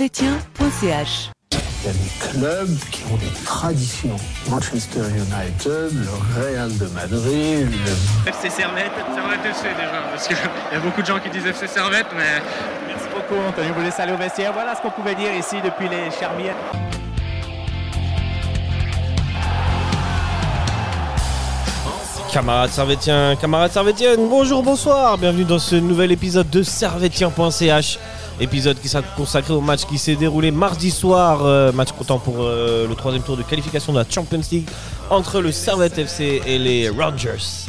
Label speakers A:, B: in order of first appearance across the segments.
A: servetien.ch
B: Il y a des clubs qui ont des traditions. Manchester United, le Real de Madrid, le-
C: FC Servette. Servette FC déjà, parce qu'il y a beaucoup de gens qui disent FC Servette, mais
D: Merci beaucoup, Antonio voulait aller au vestiaire. Voilà ce qu'on pouvait dire ici depuis les Charmières.
E: Camarades Servetien, camarades Servetiennes, bonjour, bonsoir, bienvenue dans ce nouvel épisode de Servetien.ch. Épisode qui sera consacré au match qui s'est déroulé mardi soir, euh, match comptant pour euh, le troisième tour de qualification de la Champions League entre le Servette FC et les Rangers.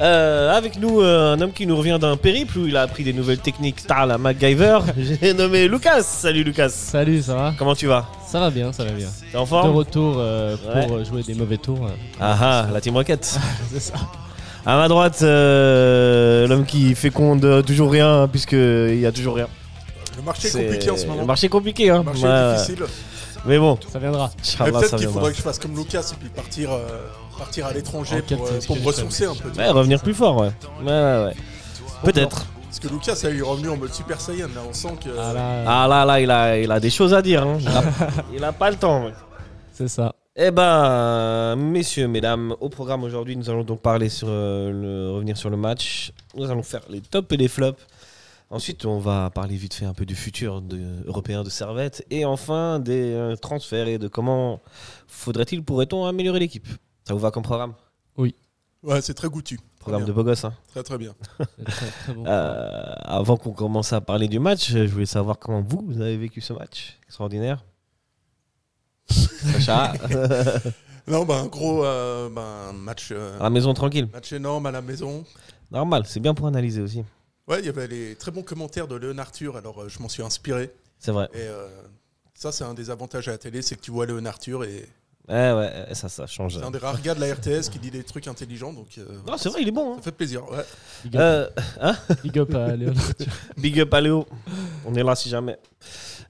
E: Euh, avec nous, euh, un homme qui nous revient d'un périple où il a appris des nouvelles techniques star la MacGyver. J'ai nommé Lucas. Salut Lucas.
F: Salut, ça va
E: Comment tu vas
F: Ça va bien, ça va bien.
E: T'es en
F: De
E: forme
F: retour euh,
E: Ouais.
F: pour euh, jouer des mauvais tours. euh.
E: Ah ah, la team rocket.
F: C'est ça.
E: À ma droite, euh, l'homme qui féconde euh, toujours rien, puisqu'il y a toujours rien.
G: Le marché est compliqué en ce
E: Le
G: moment.
E: marché est compliqué, hein.
G: Le marché
E: Ouais, ouais.
G: est difficile.
E: Mais bon,
F: Ça viendra.
G: Mais
E: Inch'Allah,
G: peut-être
E: ça
G: qu'il
E: viendra.
G: faudrait que je fasse comme Lucas et puis partir, euh, partir à l'étranger
F: En quête,
G: pour, euh,
F: c'est ce
G: pour
F: que
G: me
F: j'ai
G: ressourcer
F: fait.
G: un peu. tu
E: Ouais,
G: vois.
E: revenir plus fort, ouais. Ouais, ouais, ouais. Peut-être.
G: Parce que Lucas, là, il est revenu en mode Super Saiyan. Là, on sent que.
F: Ah là,
E: Ah là là, il a, il a des choses à dire. hein. Il, a, il a pas le temps. ouais.
F: C'est ça.
E: Eh ben, messieurs, mesdames, au programme aujourd'hui, nous allons donc parler sur euh, le, revenir sur le match. Nous allons faire les tops et les flops. Ensuite, on va parler vite fait un peu du futur de- européen de Servette. Et enfin, des euh, transferts et de comment faudrait-il, pourrait-on améliorer l'équipe. Ça vous va comme programme
G: Ouais, c'est très goûtu.
E: Programme
G: Très
E: de
G: bien.
E: beau gosse, hein.
G: Très très bien.
F: C'est Très, très bon.
E: Euh, avant qu'on commence à parler du match, euh, je voulais savoir comment vous, vous avez vécu ce match extraordinaire. Sacha,
G: Non, bah, un gros euh, bah, un match, euh,
E: à la maison tranquille.
G: match énorme à la maison.
E: Normal, c'est bien pour analyser aussi.
G: Ouais, il y avait les très bons commentaires de Léon Arthur, alors euh, je m'en suis inspiré.
E: C'est vrai.
G: Et euh, ça, c'est un des avantages à la télé, c'est que tu vois Léon Arthur et
E: Ouais, Eh ouais, ouais, ça, ça change.
G: c'est un des rares gars de la RTS qui dit des trucs intelligents, donc euh,
E: Non, c'est vrai, il est bon. hein.
G: ça fait plaisir. ouais.
F: Big, up,
E: Euh,
F: big up à Léonard. tu vois.
E: big up à Léo. On est là si jamais.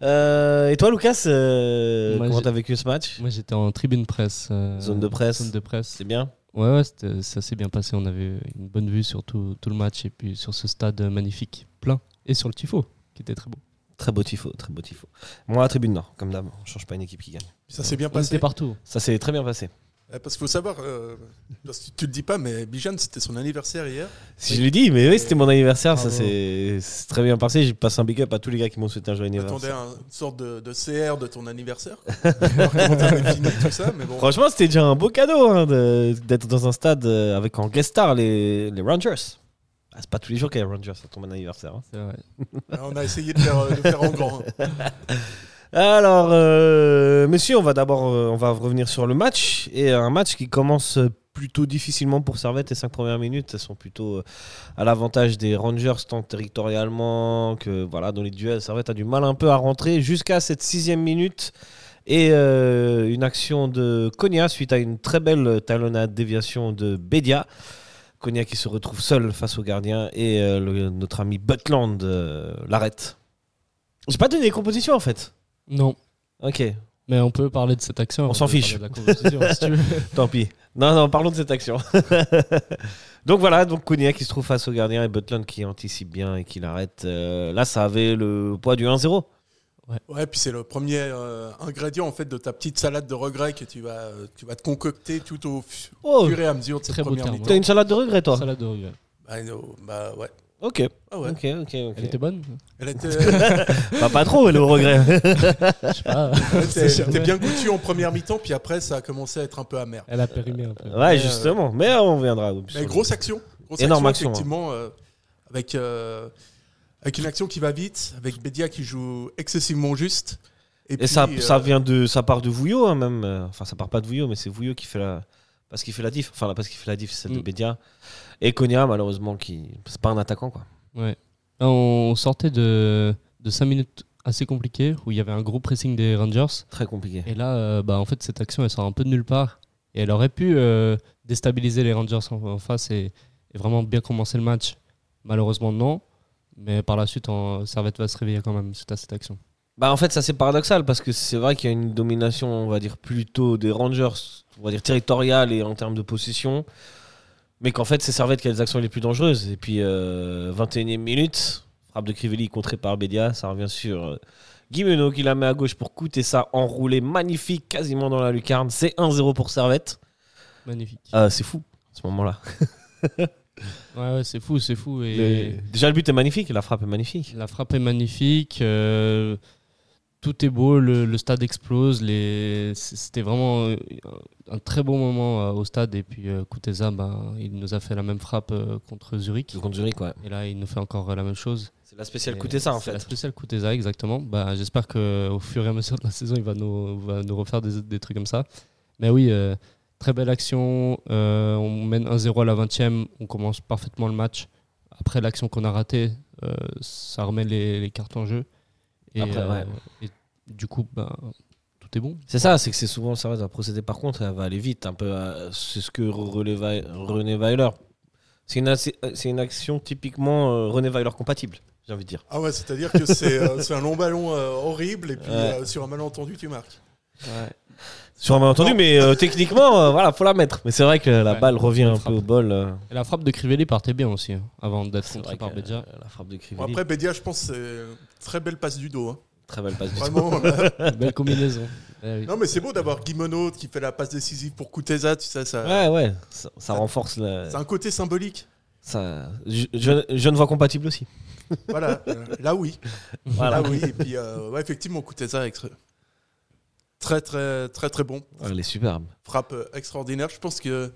E: Euh, et toi, Lucas, euh,
F: Moi,
E: comment
F: j'ai-
E: t'as vécu ce match
F: Moi j'étais en tribune presse. euh,
E: Zone de presse.
F: Zone de presse.
E: C'est bien
F: Ouais, ouais, c'était- ça s'est bien passé. On avait une bonne vue sur tout, tout le match et puis sur ce stade magnifique, plein. Et sur le Tifo, qui était très beau.
E: Très beau tifo, très beau tifo. Moi, à Tribune Nord, comme d'hab, on change pas une équipe qui gagne.
G: Puis Ça s'est bien
F: On
G: passé.
F: était partout.
E: Ça s'est très bien passé.
G: Ouais, Parce qu'il faut savoir, euh, parce que tu le dis pas, mais Bijan, c'était son anniversaire hier.
E: Si je l'ai dit, mais oui, c'était mon anniversaire, ça
F: Bravo.
E: c'est c'est très bien passé. J'ai passé un big up à tous les gars qui m'ont souhaité un joyeux
G: J'attendais
E: anniversaire.
G: un- une sorte de, de CR de ton anniversaire. Alors comment t'avais fini tout ça, mais bon.
E: Franchement, c'était déjà un beau cadeau hein, de- d'être dans un stade euh, avec en guest star les, les Rangers. Ah, c'est pas tous les jours qu'il y a les Rangers à ton anniversaire. hein.
F: C'est vrai.
G: Alors, on a essayé de faire, euh, de faire en grand. hein.
E: Alors, euh, messieurs, on va d'abord euh, on va revenir sur le match. Et un match qui commence plutôt difficilement pour Servette. Les cinq premières minutes, elles sont plutôt euh, à l'avantage des Rangers, tant territorialement que voilà, dans les duels. Servette a du mal un peu à rentrer jusqu'à cette sixième minute. Et euh, une action de Konya suite à une très belle talonnade déviation de Bedia. Konya qui se retrouve seul face au gardien et euh, le- notre ami Butland euh, l'arrête. J'ai pas donné les compositions en fait.
F: Non,
E: Ok,
F: mais on peut parler de cette action.
E: s'en
F: peut
E: fiche.
F: parler de la compétition, si tu veux.
E: tant pis. Non, non, parlons de cette action. donc voilà, donc Konya qui se trouve face au gardien et Butland qui anticipe bien et qui l'arrête. Euh, là, ça avait le poids du 1-0.
G: Ouais, puis c'est le premier euh, ingrédient en fait de ta petite salade de regrets que tu vas, euh, tu vas te concocter tout au fu-
E: Oh,
G: fur et à mesure de cette
F: Très beau
G: première
F: terme.
E: t'as
G: mi-temps.
E: une salade de regret, toi
F: Salade de regret.
G: Bah, no, bah, ouais.
E: Ok,
G: Ah ouais.
E: ok, ok.
F: Elle
E: ok.
F: était bonne
G: Elle était, elle
E: Bah, pas trop, elle est au regret.
F: Je sais pas.
G: était- elle était bien goûtue en première mi-temps, puis après ça a commencé à être un peu amer.
F: Elle a périmé un peu.
E: ouais, justement, mais on reviendra. oui,
G: Mais
E: sur-
G: grosse action. Grosse
E: Énorme action, hein.
G: action. Effectivement, euh, avec, euh, avec une action qui va vite, avec Bedia qui joue excessivement juste.
E: Et, ça,
G: puis,
E: ça
G: euh,
E: vient de, ça part de Vouillot, hein, même. Euh, Enfin, ça part pas de Vouillot, mais c'est Vouillot qui fait la, parce qu'il fait la diff. Enfin, là, parce qu'il fait la diff, c'est celle de
F: Mm.
E: Bedia. Et Konya, malheureusement, qui, c'est pas un attaquant, quoi.
F: Ouais. Là, on sortait de, de 5 minutes assez compliquées où il y avait un gros pressing des Rangers.
E: Très compliqué.
F: Et là, euh, bah, en fait, cette action, elle sort un peu de nulle part. Et elle aurait pu euh, déstabiliser les Rangers en, en face et, et vraiment bien commencer le match. Malheureusement, non. Mais par la suite, en- Servette va se réveiller quand même suite à cette action.
E: Bah en fait ça c'est paradoxal parce que c'est vrai qu'il y a une domination on va dire plutôt des Rangers, on va dire territoriale et en termes de possession, mais qu'en fait c'est Servette qui a les actions les plus dangereuses. Et puis euh, 21e minute, frappe de Crivelli contrée par Bédia, ça revient sur euh, Guimeno qui la met à gauche pour coûter ça enroulé, magnifique, quasiment dans la lucarne. C'est 1-0 pour Servette.
F: Magnifique.
E: Euh, c'est fou, à ce moment-là.
F: Ouais, ouais, c'est fou, c'est fou. Et
E: Le- Déjà, le but est magnifique, la frappe est magnifique.
F: La frappe est magnifique. euh, tout est beau. Le, le stade explose. Les... c- C'était vraiment euh, un très beau moment euh, au stade. Et puis euh, Kuteza, ben, il nous a fait la même frappe euh, contre Zurich.
E: Contre Zurich, ouais.
F: Et là, il nous fait encore euh, la même chose.
E: C'est la spéciale
F: Et
E: coûter ça, en
F: c'est La
E: fait.
F: spéciale Kuteza, exactement. Bah, J'espère qu'au fur et à mesure de la saison, il va nous, va nous refaire des, des trucs comme ça. Mais oui, euh, très belle action. Euh, on mène 1-0 à la 20e. On commence parfaitement le match. Après l'action qu'on a ratée, euh, ça remet les, les cartes en jeu. Et, euh,
E: Après, ouais.
F: et du coup, bah, tout est bon.
E: C'est ça, c'est que c'est souvent Servette va procéder par contre, elle va aller vite un peu. à- C'est ce que René Wei- René Weiler. C'est une, assez- euh, c'est une action typiquement euh, René Weiler compatible, j'ai envie de dire.
G: Ah ouais, c'est-à-dire que c'est euh, c'est un long ballon euh, horrible et puis
E: Ouais.
G: euh, sur un malentendu, tu marques.
E: Sur un malentendu,
G: Non.
E: mais euh, techniquement, euh, voilà, faut la mettre. Mais c'est vrai que la
F: Ouais,
E: balle revient un peu
F: frappe.
E: au bol. euh,
F: Et la frappe de Crivelli partait bien aussi, hein, avant d'être
E: c'est
F: contrée
E: vrai
F: par
E: que,
F: Bedja.
E: euh, La frappe de
G: Bon,
E: Crivelli.
G: après, Bédia, je pense que c'est une très belle passe du dos. hein.
E: Très belle passe du tout.
G: Vraiment. là.
F: Belle combinaison. Eh oui.
G: non, mais c'est beau d'avoir Guimonot qui fait la passe décisive pour Kuteza, tu sais, ça.
E: Ouais, ouais, ça, ça renforce la.
G: C'est un côté symbolique.
E: Ça, je, je, je ne vois compatible aussi.
G: Voilà, euh, là oui.
E: Voilà.
G: Là Ah oui. Et puis, euh, ouais, effectivement, Kuteza, extra- très, très, très, très bon.
E: Elle est superbe.
G: Frappe euh, extraordinaire. Je pense que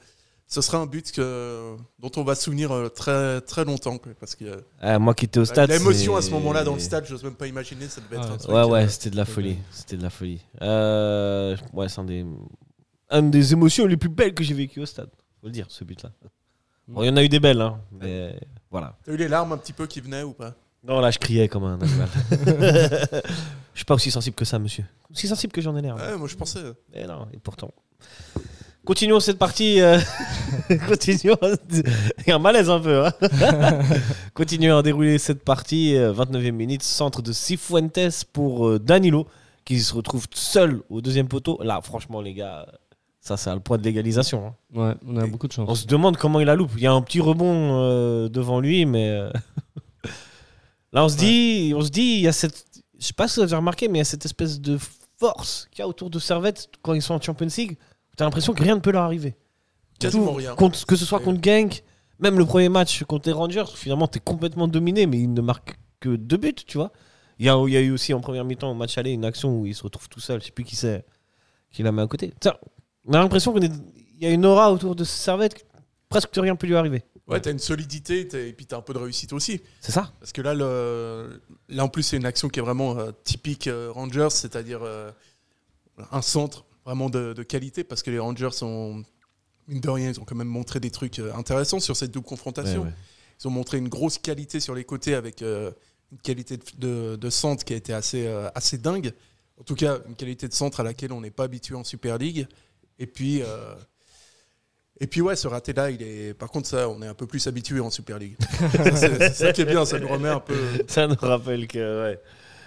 G: ce sera un but que, dont on va se souvenir euh, très, très longtemps. quoi, Parce que euh,
E: Ah, moi qui étais au stade.
G: l'émotion
E: c'est-
G: à ce moment-là dans le stade, je n'ose même pas imaginer, ça devait
F: Ah
G: être un
F: ouais.
G: truc.
E: Ouais, ouais,
G: euh,
E: c'était de la folie. C'était de la folie. Euh, ouais, c'est un des, un des émotions les plus belles que j'ai vécues au stade. Faut le dire, ce but-là.
G: Mm.
E: Bon, il y en a eu des belles, hein, mais voilà.
G: euh, T'as eu les larmes un petit peu qui venaient ou pas
E: Non, là, je criais comme un animal. Je suis pas aussi sensible que ça, monsieur. Aussi sensible que j'en ai l'air. hein.
G: Ouais, moi je pensais. euh,
E: Et Eh non, et pourtant. Continuons cette partie. euh, Continuons. Il y a un malaise un peu. hein. Continuons à dérouler cette partie. euh, 29e minute, centre de Cifuentes pour euh, Danilo, qui se retrouve seul au deuxième poteau. Là, franchement, les gars, euh, ça, ça a le poids de l'égalisation. hein.
F: Ouais, on a beaucoup de
E: On
F: chance.
E: se demande comment il la loupe. Il y a un petit rebond euh, devant lui, mais. euh, Là, on se dit, on se dit, il y a cette. Je sais pas si vous avez remarqué, mais il y a cette espèce de force qu'il y a autour de Servette quand ils sont en Champions League. T'as l'impression que rien ne peut leur arriver.
G: Quasiment
E: Tout,
G: rien.
E: contre- que ce soit contre Genk, même le premier match contre les Rangers, finalement, t'es complètement dominé, mais ils ne marquent que deux buts, tu vois. Il y a, il y a eu aussi en première mi-temps, au match aller, une action où il se retrouve tout seul, je sais plus qui c'est, qui la met à côté. Tiens, on a l'impression qu'il y a une aura autour de Servette, que presque rien ne peut lui arriver.
G: Ouais, t'as une solidité t'as- et puis t'as un peu de réussite aussi.
E: C'est ça
G: Parce que là, le- là en plus, c'est une action qui est vraiment euh, typique euh, Rangers, c'est-à-dire euh, un centre vraiment de, de qualité, parce que les Rangers ont, mine de rien, ils ont quand même montré des trucs euh, intéressants sur cette double confrontation. Ils ont montré une grosse qualité sur les côtés avec euh, une qualité de, de- de centre qui a été assez, euh, assez dingue. En tout cas, une qualité de centre à laquelle on n'est pas habitué en Super League. Et puis, euh, et puis ouais, ce raté-là, il est. Par contre, ça, on est un peu plus habitué en Super League. Ça, c'est c'est ça qui est bien, ça nous remet un peu.
E: Ça nous rappelle que, ouais.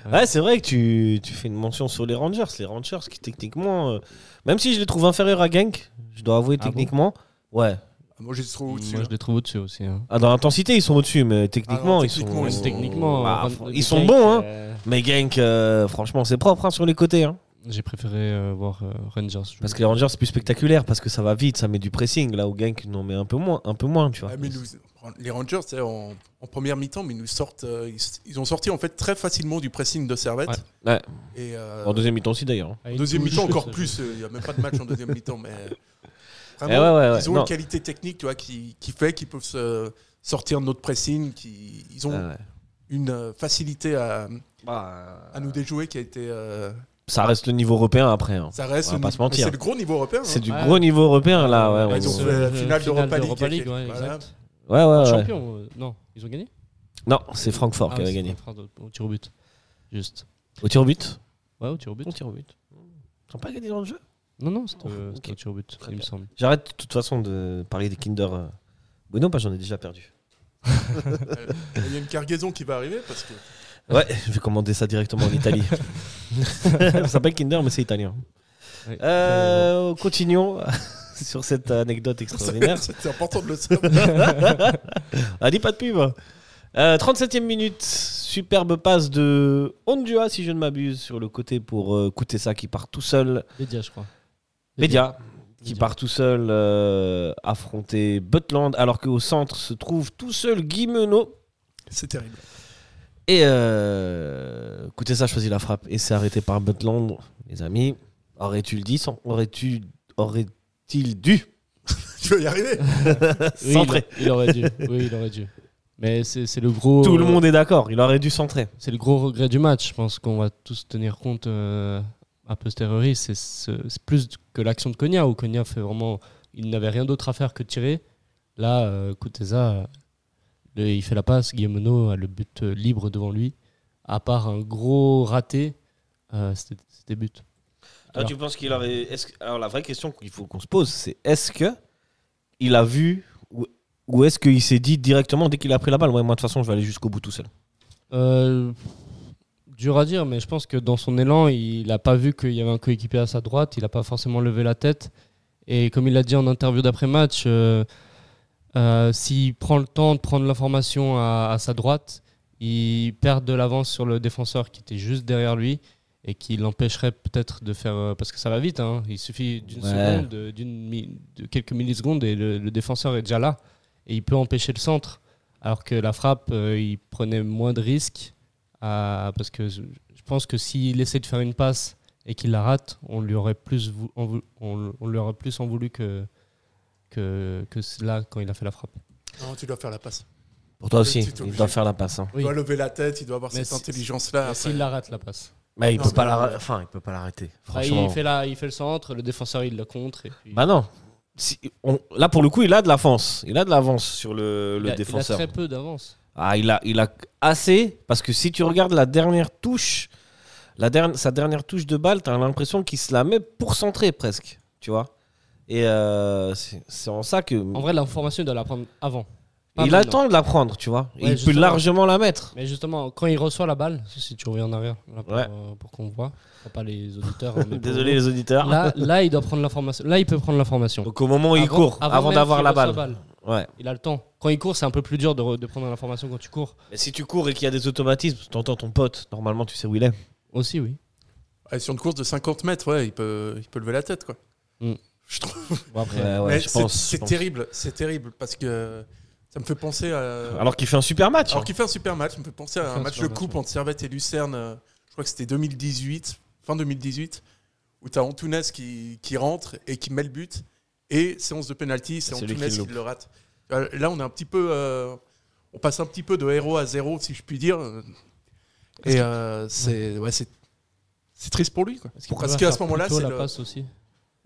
E: Ouais,
F: Ouais.
E: c'est vrai que tu, tu fais une mention sur les Rangers. Les Rangers qui, techniquement, euh, même si je les trouve inférieurs à Genk, je dois avouer,
F: Ah bon
E: techniquement, ouais.
G: Moi, j'ai trop au-dessus.
F: Moi, je les trouve au-dessus aussi. hein.
E: Ah, dans l'intensité, ils sont au-dessus, mais techniquement,
G: Ah non,
E: ils sont.
G: techniquement, ils sont-
F: Techniquement,
E: Bah,
F: Van-
E: fr-
F: Van
E: ils sont
F: Dijk,
E: bons, hein.
F: euh,
E: Mais Genk, euh, franchement, c'est propre hein, sur les côtés. Hein.
F: J'ai préféré euh, voir euh, Rangers. jouer.
E: Parce que les Rangers, c'est plus spectaculaire, parce que ça va vite, ça met du pressing. Là où Genk, non, mais un peu moins, un peu moins tu vois.
G: Ah, mais nous- les Rangers, tu sais, en, en première mi-temps, mais ils nous sortent, euh, ils, ils ont sorti en fait très facilement du pressing de Servette.
E: Ouais. Ouais.
G: Et euh,
E: En deuxième mi-temps aussi, d'ailleurs. hein.
F: Ah, ils
G: deuxième
F: touchent.
G: mi-temps encore plus. euh, Il n'y a même pas de match en deuxième mi-temps, mais euh, vraiment,
E: Eh ouais, ouais, ouais,
G: ils ont
E: non.
G: une qualité technique, tu vois, qui, qui fait qu'ils peuvent se sortir de notre pressing. Qui, ils ont
E: Ah ouais.
G: une euh, facilité à, à nous déjouer qui a été. euh,
E: Ça reste le niveau européen après. hein.
G: ça reste.
E: On va
G: une-
E: pas se mentir.
G: C'est le gros niveau européen. hein.
E: C'est du
F: Ouais.
E: gros niveau européen, là. Ouais,
F: Ouais,
G: ils
E: on-
G: ont
F: se-
G: fait la finale d'Europa League,
F: d'Europa
G: il y a
F: League,
G: quelques-
F: ouais,
G: voilà.
F: exact.
E: ouais, Ah ouais, ouais.
F: Champion, euh, non, ils ont gagné
E: Non, c'est Francfort
F: Ah
E: qui
F: ouais,
E: avait
F: c'est
E: gagné.
F: pas grave, Au tir au but. Juste.
E: Au tir au but
F: Ouais, au tir au but.
E: Au tir au but. Ils n'ont pas gagné dans le jeu
F: Non, non, c'était
E: Oh,
F: euh, c'était
E: ok.
F: au tir au but,
E: Très
F: il me
E: bien.
F: semble.
E: J'arrête de toute façon de parler des Kinder euh, Bueno, parce que j'en ai déjà perdu.
G: Il y a une cargaison qui va arriver parce que.
E: Ouais, je vais commander ça directement en Italie. ça s'appelle Kinder, mais c'est italien.
F: Ouais.
E: Euh, continuons sur cette anecdote extraordinaire.
G: C'est important de le savoir.
E: ah, dis pas de pub. Euh, 37e minute, superbe passe de Ondua, si je ne m'abuse, sur le côté pour euh, Kutesa qui part tout seul.
F: Bédia, je crois.
E: Bédia, qui
F: Bédia.
E: part tout seul euh, affronter Butland, alors qu'au centre se trouve tout seul Guimeneau.
G: C'est terrible.
E: Et euh, Kutesa choisit la frappe et c'est arrêté par Butland, les amis. Aurais-tu le dit sans- Aurais-tu. Aurait-il dû
G: Tu vas y arriver
F: Oui,
E: centrer
F: il, il aurait dû. Oui, il aurait dû. Mais c'est c'est le gros.
E: Tout le monde est d'accord, il aurait dû centrer.
F: C'est le gros regret du match. Je pense qu'on va tous tenir compte euh, a posteriori. C'est ce- c'est plus que l'action de Konya où Konya fait vraiment. Il n'avait rien d'autre à faire que de tirer. Là, euh, Kuteza, euh, le- il fait la passe. Guillemono a le but euh, libre devant lui. À part un gros raté, euh, c'était c'était but.
E: Toi,
F: Alors.
E: tu penses qu'il aurait. est-ce que- Alors, la vraie question qu'il faut qu'on se pose, c'est est-ce que il a vu ou, ou est-ce qu'il s'est dit directement dès qu'il a pris la balle Ouais, moi, de toute façon, je vais aller jusqu'au bout tout seul.
F: Euh, dur à dire, mais je pense que dans son élan, il n'a pas vu qu'il y avait un coéquipier à sa droite, il n'a pas forcément levé la tête. Et comme il l'a dit en interview d'après-match, euh, euh, s'il prend le temps de prendre l'information à, à sa droite, il perd de l'avance sur le défenseur qui était juste derrière lui et qui l'empêcherait peut-être de faire... euh, parce que ça va vite, hein, il suffit d'une
E: Ouais.
F: seconde, euh, d'une mi- de quelques millisecondes et le- le défenseur est déjà là et il peut empêcher le centre. Alors que la frappe, euh, il prenait moins de risques. à- parce que je je pense que s'il essaie de faire une passe et qu'il la rate, on lui aurait plus, vou- en vou- on, on lui aurait plus en voulu que, que, que là quand il a fait la frappe.
G: Non, tu dois faire la passe.
E: Pour toi
G: Euh,
E: aussi,
G: t'es
E: il
G: obligé.
E: doit faire la passe. hein.
G: Il
F: Oui.
G: doit lever la tête, il doit avoir
F: Mais
G: cette
F: si-
G: intelligence-là.
F: S'il la rate, la passe.
E: Mais il
G: Non,
E: peut
G: c'est
E: pas
G: pas
E: la-
G: vrai.
E: Enfin, il peut pas l'arrêter.
F: Bah,
E: Franchement.
F: il, fait la, il fait le centre, le défenseur il le contre. Et puis-
E: Bah non. Si- on- Là, pour le coup, il a de l'avance. Il a de l'avance sur le,
F: il,
E: le
F: a, il a
E: défenseur.
F: très peu d'avance.
E: Ah, il a, il a assez, parce que si tu regardes la dernière touche, la dernière, sa dernière touche de balle, t'as l'impression qu'il se la met pour centrer presque, tu vois. Et euh, c'est c'est en ça que...
F: En vrai, l'information, il doit la prendre avant. Pas
E: il a le
F: maintenant.
E: temps de la prendre, tu vois. il
F: Ouais,
E: peut
F: justement.
E: largement la mettre.
F: Mais justement, quand il reçoit la balle, si tu reviens en arrière là, pour,
E: Ouais.
F: euh, pour qu'on voit, Enfin, pas les auditeurs. hein, mais pour
E: Désolé
F: nous.
E: les auditeurs.
F: Là, là, il doit prendre l'information. Là, il peut prendre l'information.
E: Donc au moment où il
F: Avant-
E: court, avant,
F: même
E: d'avoir
F: qu'il
E: la
F: reçoit
E: balle. Ouais.
F: Il a le temps. Quand il court, c'est un peu plus dur de, re- de prendre l'information quand tu cours.
E: Mais si tu cours et qu'il y a des automatismes, t'entends ton pote, normalement tu sais où il est.
F: Aussi, oui.
G: Ouais, sur une course de 50 mètres, ouais, il peut, il peut lever la tête, quoi.
F: Mm.
G: Je trouve.
F: Bon, après,
E: Ouais, ouais,
G: Mais
E: je
G: c'est-
E: pense. je
G: C'est
E: pense.
G: terrible, c'est terrible parce que ça me fait penser à.
E: Euh, Alors qu'il fait un super match.
G: Alors
E: hein.
G: qu'il fait un super match, ça me fait penser
F: Il
G: à
F: fait
G: un
F: un
G: match de
F: super match,
G: coupe
F: ouais.
G: entre Servette et Lucerne. euh, Je crois que c'était 2018, fin 2018, où tu as Antunes qui, qui rentre et qui met le but. Et séance de penalty, c'est
E: C'est lui
G: Antunes
E: qui
G: qui,
E: le loupe.
G: le rate. Euh, Là, on est un petit peu, euh, on passe un petit peu de héros à zéro, si je puis dire. Et euh, c'est, ouais, c'est, c'est triste pour lui. Quoi.
F: est-ce qu'il peut
G: Parce
F: pas
G: qu'à
F: faire
G: ce moment-là,
F: plus tôt
G: c'est
F: la
G: le-
F: passe aussi.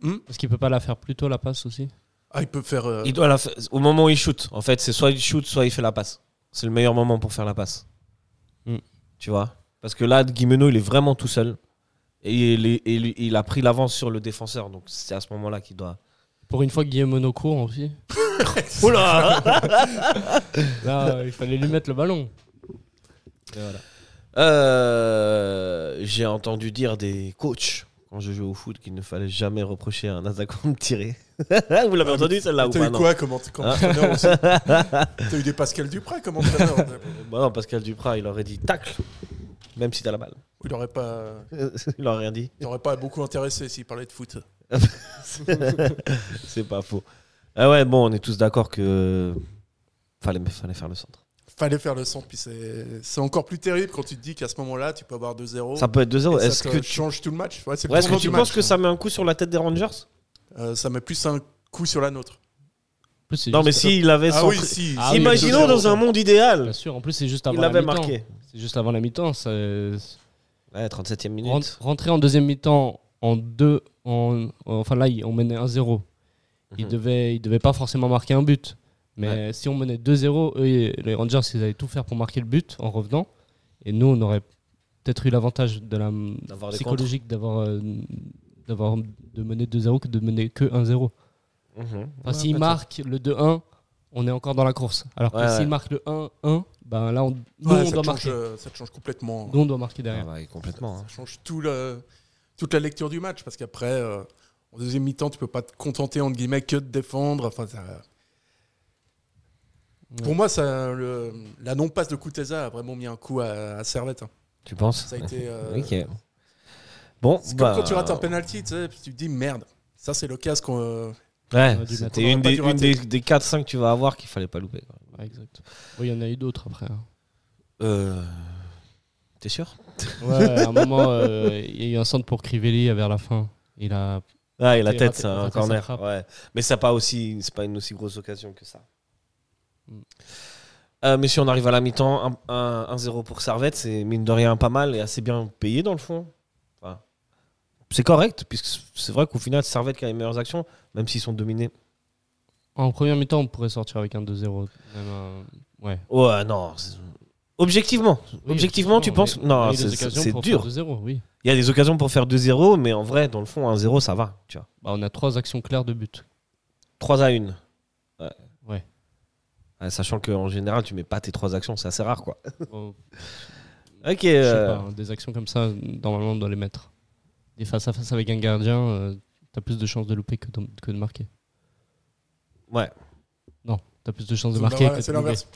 G: Hmm
F: Est-ce qu'il peut pas la faire plus tôt la passe aussi
G: Ah, il peut faire. euh,
E: Il doit la fa- Au moment où il shoot, en fait, c'est soit il shoot, soit il fait la passe. C'est le meilleur moment pour faire la passe.
F: Mm.
E: Tu vois Parce que là, Guimeno, il est vraiment tout seul. Et il, est- et lui- il a pris l'avance sur le défenseur. Donc c'est à ce moment-là qu'il doit.
F: Pour une fois, Guillemot court aussi.
E: Oula
F: Là, euh, il fallait lui mettre le ballon.
E: Euh, J'ai entendu dire des coachs quand je jouais au foot qu'il ne fallait jamais reprocher à un attaquant de tirer. Vous l'avez entendu celle-là ou
G: Ah, T'as
E: pas
G: eu
E: non
G: quoi comme, ent- comme
E: Ah.
G: entraîneur aussi T'as eu des Pascal Dupré comme entraîneur
E: Bah non, Pascal Duprat, il aurait dit tacle, même si t'as la balle.
G: Il n'aurait pas,
E: il aurait rien dit.
G: il aurait pas beaucoup intéressé s'il parlait de foot.
E: C'est pas faux. Ah ouais, bon, on est tous d'accord que fallait, fallait faire le centre.
G: Fallait faire le centre, puis c'est c'est encore plus terrible quand tu te dis qu'à ce moment-là, tu peux avoir 2-0.
E: Ça peut être 2-0.
G: et ça
E: Est-ce
G: te
E: que tu,
G: change tout le match Ouais, euh, c'est
E: Ouais,
G: le
E: est-ce que
G: tournant
E: tu
G: du
E: penses
G: match. hein.
E: que ça met un coup sur la tête des Rangers
G: Euh, ça met plus un coup sur la nôtre.
F: En plus, c'est
E: Non, mais
F: juste-
E: s'il avait
G: Ah
E: centré-
G: oui, si.
F: Ah
G: si,
E: Imaginons
G: 2-0.
E: dans un monde
F: Bien
E: idéal.
F: sûr, en plus c'est juste avant
E: Il
F: la
E: l'avait
F: mi-temps.
E: marqué.
F: C'est juste avant la mi-temps. ça-
E: Ouais, 37 e
F: Ren-
E: minute.
F: Rentrer en deuxième mi-temps en deux, en, enfin là, il- on menait 1-0. Il
E: Mhm.
F: devait, il devait pas forcément marquer un but. Mais si on menait 2-0, eux, et les Rangers, ils allaient tout faire pour marquer le but en revenant. Et nous, on aurait peut-être eu l'avantage de la
E: D'avoir des
F: psychologique d'avoir euh, d'avoir de mener 2-0 que de mener que 1-0.
E: Mhm.
F: Enfin, s'ils
E: peut-être.
F: marquent le 2-1, on est encore dans la course. Alors que
E: Ouais, ouais.
F: s'ils marquent le 1-1, ben là, on, nous,
G: Ouais,
F: on doit
G: ça, te change,
F: marquer.
G: euh, ça te change complètement.
F: Nous, on doit marquer
E: Ah
F: derrière.
E: bah, complètement. hein.
G: Ça change tout le- toute la lecture du match parce qu'après, euh, en deuxième mi-temps, tu peux pas te contenter entre guillemets que de défendre. Enfin, ça- Pour moi, ça, le- la non-passe de Kuteza a vraiment mis un coup à, à Servette. hein.
E: Tu penses
G: Ça a été. euh,
E: Ok. Bon,
G: C'est
E: bah,
G: comme quand tu rates un penalty, tu sais, puis tu te dis merde. Ça, c'est l'occasion qu'on. euh,
E: Ouais,
F: T'aurais dû
E: c'était
G: mettre-
E: une,
G: t'aurais
E: des,
G: pas dû
E: une des, 4-5 que tu vas avoir qu'il fallait pas louper. quoi.
F: Ouais, exact. Oui, il y en a eu d'autres après. hein.
E: Euh, T'es sûr
F: Ouais, à un moment, euh, il y a eu un centre pour Crivelli vers la fin. Il a.
E: Ah, et la
F: T'es
E: tête,
F: raté-
E: c'est un
F: raté sa
E: corner.
F: frappe.
E: Ouais. Mais c'est pas, aussi, c'est pas une aussi grosse occasion que ça.
F: Mm.
E: Euh, mais si on arrive à la mi-temps, un- un- 1-0 pour Servette, c'est mine de rien pas mal et assez bien payé dans le fond. Enfin, c'est correct, puisque c'est vrai qu'au final, Servette qui a les meilleures actions, même s'ils sont dominés.
F: En première mi-temps, on pourrait sortir avec un 2-0. même un- Ouais.
E: Ouais, non. c'est- Objectivement,
F: Oui,
E: Objectivement, tu
F: on a-
E: penses-
F: on a
E: Non,
F: eu des
E: c'est-
F: occasions
E: c'est
F: pour
E: dur.
F: faire 2-0, oui.
E: il y a des occasions pour faire 2-0, mais en vrai, dans le fond, 1-0, ça va. Tu vois.
F: Bah, on a trois actions claires de but.
E: 3 à 1.
F: Ouais.
E: Ouais, sachant qu'en général, tu mets pas tes trois actions, c'est assez rare, quoi.
F: Bon,
E: Ok.
F: je sais
E: euh,
F: pas, hein, des actions comme ça, normalement, on doit les mettre. Des face à face avec un gardien, euh, t'as plus de chances de louper que de, que de marquer.
E: Ouais.
F: Non, t'as plus de chances de
G: bah
F: marquer
G: voilà,
F: que
G: c'est
F: de louper.
G: l'inverse.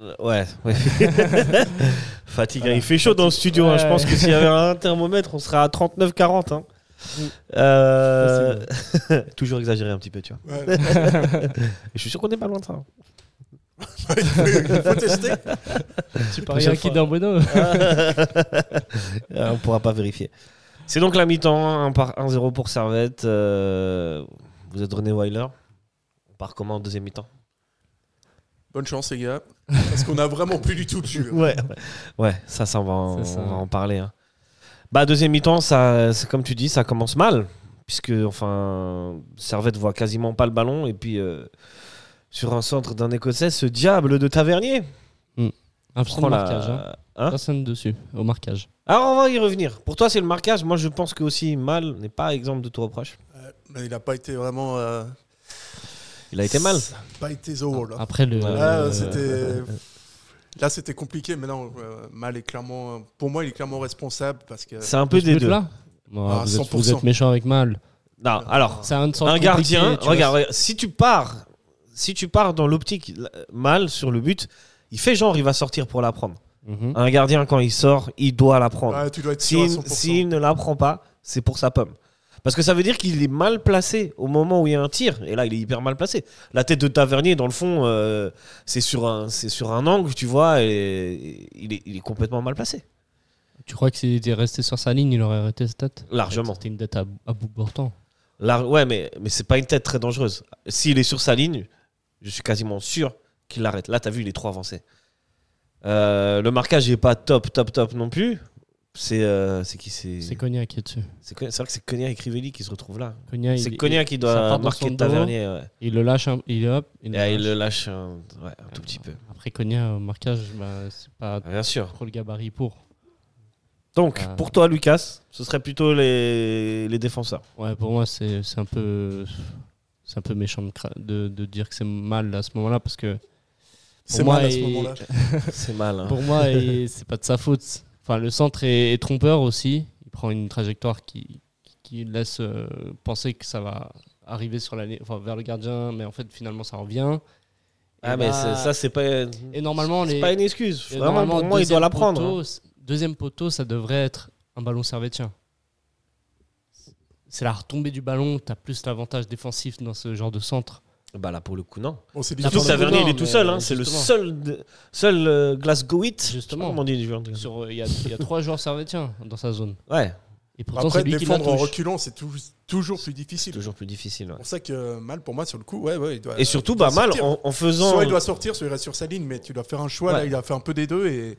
E: euh, ouais. ouais. Fatigue. hein,
F: Voilà,
E: Il fait chaud dans le studio. hein, Je
F: Ouais.
E: pense que s'il y avait un thermomètre, on serait à 39-40. hein. Euh, Toujours exagéré un petit peu, tu vois.
G: Ouais.
E: Et je suis sûr qu'on est pas loin de ça. hein.
G: il, faut, il faut tester.
E: paries
F: Tu paries
E: à
F: à
E: qui,
F: qui d'un
E: Euh, on pourra pas vérifier. C'est donc la mi-temps, 1 par 1-0 pour Servette. euh, vous êtes René Weiler. On part comment en deuxième mi-temps
G: Bonne chance, les gars. Parce qu'on a vraiment plus du tout de jus.
E: Ouais, ouais, ça, ça, on va en,
F: C'est ça.
E: on va en parler. hein. Bah, deuxième mi-temps, ça, c'est comme tu dis, ça commence mal. Puisque, enfin, Servette voit quasiment pas le ballon. Et puis, euh, sur un centre d'un Écossais, ce diable de Tavernier.
F: Absent de
E: prend la-
F: marquage. hein.
E: Hein
F: Personne dessus, au marquage.
E: Alors, on va y revenir. Pour toi, c'est le marquage. Moi, je pense que aussi Mal n'est pas exemple de tout reproche.
G: Euh, mais il n'a pas été vraiment. euh,
E: Il a été mal.
G: Pas été the wall. hein.
F: Après le.
G: Là,
F: euh,
G: c'était. Là, c'était compliqué, mais non, euh, Mal est clairement. Pour moi, il est clairement responsable parce
F: euh,
G: que.
E: C'est un peu
F: ce
E: des deux.
F: but-là Non,
G: Ah,
F: vous, êtes,
G: 100%.
F: vous êtes méchant avec Mal.
E: Non,
F: Euh,
G: Ah.
E: alors,
F: C'est un, centre
E: un
F: compliqué,
E: gardien,
F: tu vois,
E: regarde, regarde, si tu pars, si tu pars dans l'optique l- mal sur le but, il fait genre il va sortir pour la prendre.
F: c'est- Mhm.
E: Un gardien quand il sort, il doit la prendre.
G: Ouais, tu dois être sûr à
E: S'il
G: 100%.
E: s'il ne la prend pas, c'est pour sa pomme. Parce que ça veut dire qu'il est mal placé au moment où il y a un tir. Et là, il est hyper mal placé. La tête de Tavernier, dans le fond, euh, c'est sur, un- c'est sur un angle, tu vois, et il est, il est complètement mal placé.
F: Tu crois que s'il était resté sur sa ligne, il aurait arrêté cette tête
E: Largement. Mm.
F: C'était une tête à, à bout portant.
E: Là, ouais, mais, mais c'est pas une tête très dangereuse. S'il est sur sa ligne, je suis quasiment sûr qu'il l'arrête. Là, t'as vu, il est trop avancé. Euh, le marquage n'est pas top, top, top non plus. C'est euh, c'est qui C'est
F: C'est Cognac qui est dessus.
E: c'est Cogna- c'est vrai que c'est Cognac et Crivelli qui se retrouvent là.
F: Cognac,
E: C'est
F: il-
E: Cognac qui
F: ça
E: doit
F: part dans son
E: marquer
F: dos.
E: Tavernier. Ouais.
F: Il, il le lâche, un, il, hop, il
E: Et là, il
F: lâche.
E: le lâche un, ouais, un tout petit peu.
F: Après Cognac au marquage, bah, c'est pas
E: Ah, Bien sûr.
F: trop le gabarit pour.
E: Donc,
F: Ah.
E: pour toi, Lucas, ce serait plutôt les, les défenseurs.
F: Ouais, pour moi, c'est c'est un peu. C'est un peu méchant de, cra- de- de dire que c'est mal à ce moment-là parce que
G: C'est
F: moi,
G: mal à ce
F: il-
G: moment-là.
E: C'est mal. hein.
F: pour moi, il- c'est pas de sa faute. Enfin, le centre est, est trompeur aussi. Il prend une trajectoire qui, qui- qui laisse euh, penser que ça va arriver sur la, ligne- enfin, vers le gardien, mais en fait, finalement, ça revient. Et
E: Ah, mais
F: là-
E: c'est- ça, c'est pas,
F: Eh ben, Et normalement,
E: c'est
F: les,
E: pas une excuse.
F: et
E: Vraiment, pour
F: normalement,
E: moi, il doit
F: deuxième
E: la prendre. hein.
F: poteau, c- Deuxième poteau, ça devrait être un ballon servétien. C'est la retombée du ballon. T'as plus l'avantage défensif dans ce genre de centre.
E: Bah là, pour le coup, non.
G: On s'est dit.
E: Surtout
F: pour
E: que
F: le
G: ça
F: coup,
E: Tavernier,
F: non,
E: il est tout
F: mais
E: seul. hein. C'est le
F: justement.
E: seul, de- seul euh, Glasgowite. Je sais pas
F: Justement.
E: comment on dit, du genre de-
F: Sur, il y, a- il y a trois joueurs servétiens dans sa zone.
E: Ouais,
F: Et pourtant,
G: Après,
F: c'est lui qui la
G: défendre en
F: touche.
G: reculant, c'est tou- toujours plus
E: c'est
G: difficile.
E: toujours plus difficile. ouais.
G: C'est pour ça que Mal, pour moi, sur le coup, ouais, ouais, il doit.
E: Et surtout,
G: il doit
E: bah, mal,
G: sortir.
E: en, en faisant.
G: Soit il doit sortir, soit il reste sur sa ligne, mais tu dois faire un choix.
E: Ouais.
G: Là, il a fait un peu des deux et.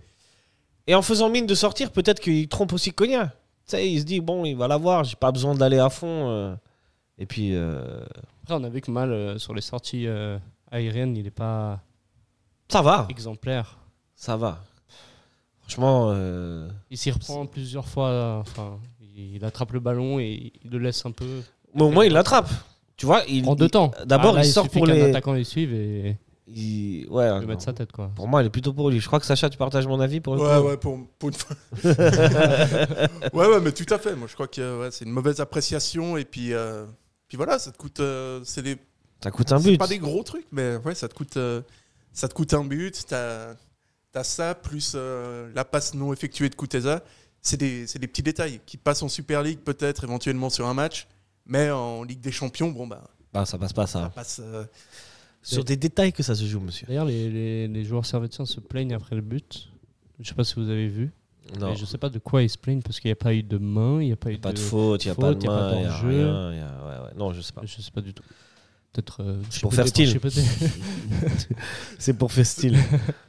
E: Et en faisant mine de sortir, peut-être qu'il trompe aussi Cognac. Tu sais, il se dit, bon, il va l'avoir, j'ai pas besoin d'aller à fond. euh. Et puis, euh,
F: Après, on a vu que Mal, euh, sur les sorties euh, aériennes, il n'est pas
E: ça va,
F: exemplaire.
E: ça va. Franchement, euh,
F: Il s'y reprend plusieurs fois. euh, Enfin, il il attrape le ballon et il le laisse un peu.
E: mais au moins, il l'attrape. Tu vois, il.
F: En deux
E: il-
F: temps.
E: d'abord,
F: Ah, là,
E: il sort
F: suffit
E: pour
F: qu'un
E: les-
F: attaquant le suive et
E: il- ouais,
F: lui
E: non.
F: mettre sa tête. quoi.
E: Pour moi, il est plutôt pour lui. Je crois que Sacha, tu partages mon avis pour le
G: Ouais,
E: coup.
G: ouais, pour, pour une fois. ouais, ouais, mais tout à fait. Moi, je crois que ouais, c'est une mauvaise appréciation. Et puis, euh, puis voilà, ça te coûte. euh, c'est des-
E: Ça coûte un
G: c'est
E: but.
G: pas des gros trucs, mais ouais, ça te coûte. euh, ça te coûte un but, t'as as ça, plus euh, la passe non effectuée de Kuteza. C'est des, c'est des petits détails qui passent en Super League, peut-être éventuellement sur un match, mais en Ligue des Champions, bon, bah,
E: Bah, ça passe pas, ça.
G: passe. euh,
E: Sur des détails que ça se joue, monsieur.
F: D'ailleurs, les, les, les joueurs servetiens se plaignent après le but. Je sais pas si vous avez vu.
E: Non.
F: Mais je sais pas de quoi ils se plaignent parce qu'il n'y a pas eu de main, il n'y a pas eu
E: Pas de faute, il n'y a pas
F: faute,
E: de
F: y a pas
E: main, y a
F: d'enjeu.
E: rien, y a- ouais, ouais. Non, je sais pas.
F: Je sais pas du tout. Peut-être. euh, je suis
E: pour
F: peut
E: faire style.
F: débranché, peut-être.
E: C'est pour faire style.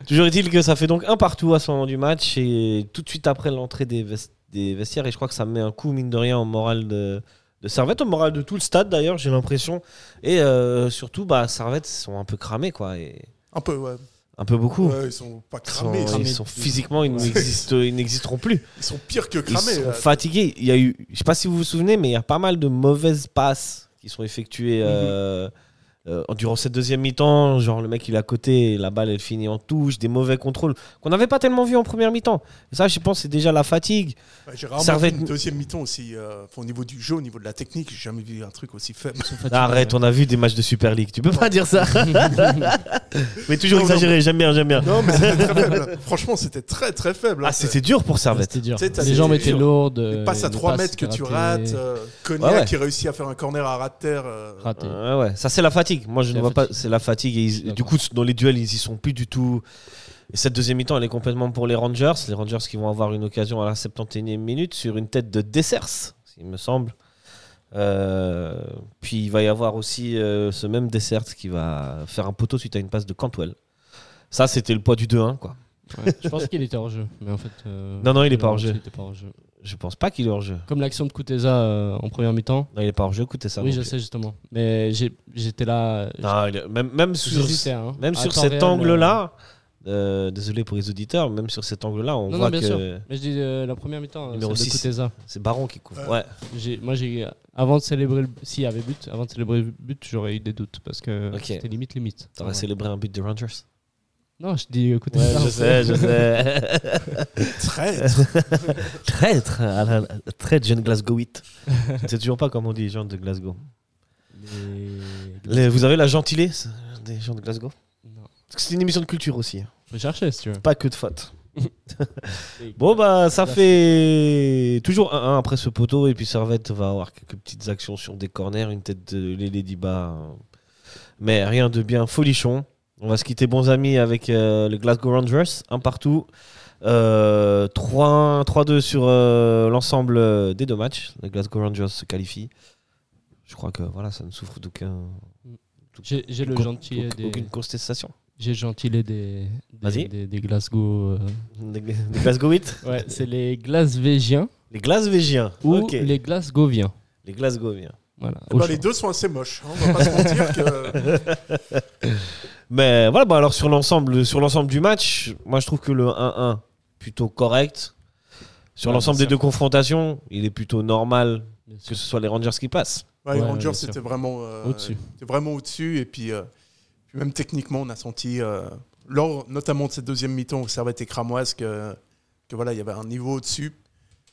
E: Toujours est-il que ça fait donc un partout à ce moment du match et tout de suite après l'entrée des, ves- des vestiaires. Et je crois que ça met un coup, mine de rien, au moral de, de Servette, au moral de tout le stade d'ailleurs, j'ai l'impression. Et euh, surtout, bah, Servette ils sont un peu cramés, quoi. Et
G: un peu, ouais.
E: un peu beaucoup.
G: Ouais, ils sont pas
E: Ils sont,
G: cramés.
E: ils
G: cramés.
E: sont physiquement, ils n'existent- ils n'existeront plus.
G: Ils sont pires que
E: Ils
G: cramés.
E: sont
G: là.
E: fatigués. Il y a eu, je sais pas si vous vous souvenez, mais il y a pas mal de mauvaises passes qui sont effectuées
G: Mhm.
E: euh, euh, durant cette deuxième mi-temps. Genre le mec il est à côté, et la balle elle finit en touche, des mauvais contrôles qu'on n'avait pas tellement vu en première mi-temps. Et ça, je pense, c'est déjà la fatigue.
G: Bah, j'ai rarement
E: Servette-
G: vu une deuxième mi-temps aussi. euh, enfin, au niveau du jeu, au niveau de la technique, j'ai jamais vu un truc aussi faible.
E: Arrête, on a vu des matchs de Super League. Tu peux pas dire ça. mais toujours
G: Non, non.
E: exagéré. J'aime bien, j'aime bien.
G: Non, mais c'était très faible. Franchement, c'était très très faible. hein.
E: Ah, c'était dur pour Servette.
F: C'était dur.
G: Tu sais, t'as
F: Les
G: des-
F: gens étaient
G: des-
F: lourdes.
G: Des
F: euh,
G: passes à
F: des
G: 3
F: passes
G: mètres que tu
F: ratées,
G: rates, euh, Cognac
E: Ouais, ouais.
G: qui réussit à faire un corner à rat de terre. euh,
F: ratées.
E: Ouais, ouais, ça c'est la fatigue. Moi je
F: C'est
E: ne
F: la
E: vois pas,
F: fatigue.
E: c'est la fatigue. Et ils- et du
F: D'accord.
E: coup, dans les duels, ils y sont plus du tout. Et cette deuxième mi-temps, elle est complètement pour les Rangers. Les Rangers qui vont avoir une occasion à la 71e minute sur une tête de Dessers, il me semble. Euh, puis il va y avoir aussi euh, ce même Dessers qui va faire un poteau suite à une passe de Cantwell. Ça, c'était le poids du 2-1, quoi.
F: Ouais, je pense qu'il était hors jeu, mais en fait. euh,
E: Non, non, il est pas hors jeu.
F: il était pas hors jeu.
E: Je pense pas qu'il est hors jeu.
F: Comme l'action de Kuteza euh, en première mi-temps.
E: Non, il est pas hors jeu. Écoutez ça.
F: oui,
E: non
F: je
E: plus.
F: sais justement. Mais j'ai- j'étais là.
E: Non, il est- même, même sur,
F: j'hésitais, hein.
E: même
F: À
E: sur
F: temps
E: cet
F: réel, euh,
E: angle-là. euh, désolé pour les auditeurs, même sur cet angle-là, on
F: Non, non,
E: voit
F: bien
E: que.
F: sûr. Mais je dis euh, la première mi-temps, euh,
E: Numéro
F: celle de
E: six.
F: Kuteza.
E: C'est Baron qui couvre.
G: Euh,
E: Ouais.
F: J'ai- Moi, j'ai avant de célébrer le s'il y avait but, avant de célébrer le but, j'aurais eu des doutes parce que
E: Ok.
F: c'était limite limite.
E: T'aurais célébré un but de Rangers.
F: Non, je dis écoutez ça.
E: sais.
G: Traître.
E: traître, à la- traître, jeune Glasgowite. Je sais toujours pas comment on dit les gens de Glasgow.
F: Les-
E: Les- vous avez la gentilesse des gens de Glasgow
F: Non.
E: Parce que c'est une émission de culture aussi, hein.
F: Faut chercher si tu veux.
E: pas que de faute. Bon bah ça fait toujours 1-1 après ce poteau et puis Servette va avoir quelques petites actions sur des corners, une tête de Lélé Diba. euh, Mais rien de bien folichon. On va se quitter bons amis avec euh, le Glasgow Rangers, un partout. Euh, 3-1, 3-2 sur euh, l'ensemble euh, des deux matchs. Les Glasgow Rangers se qualifient. Je crois que voilà, ça ne souffre d'aucun
F: J'ai j'ai le
E: aucun-
F: gentil
E: aucun-
F: des
E: aucune contestation.
F: j'ai le gentilé des
E: Vas-y.
F: des, des, des Glasgow. euh,
E: Les les Glasgowites,
F: Ouais, c'est les Glasvégiens
E: les Glasvégiens
F: ou
E: Ok.
F: les Glasgoviens.
E: les Glasgowiens.
F: Voilà.
G: Eh
F: au
G: ben,
F: choix.
G: les deux sont assez moches. hein, On va pas se mentir que. euh,
E: Mais voilà, bah alors sur l'ensemble, sur l'ensemble du match, moi je trouve que le 1-1 plutôt correct. Sur
F: Ouais,
E: l'ensemble des
F: bien sûr.
E: deux confrontations, il est plutôt normal
F: Bien sûr.
E: que ce soit les Rangers qui passent.
G: Ouais, les
F: Ouais,
G: Rangers,
F: bien sûr.
G: c'était vraiment. euh,
F: Au-dessus.
G: c'était vraiment au-dessus. Et puis, euh, puis même techniquement, on a senti, euh, lors notamment de cette deuxième mi-temps où Servette et Cramoise, que, que voilà, il y avait un niveau au-dessus.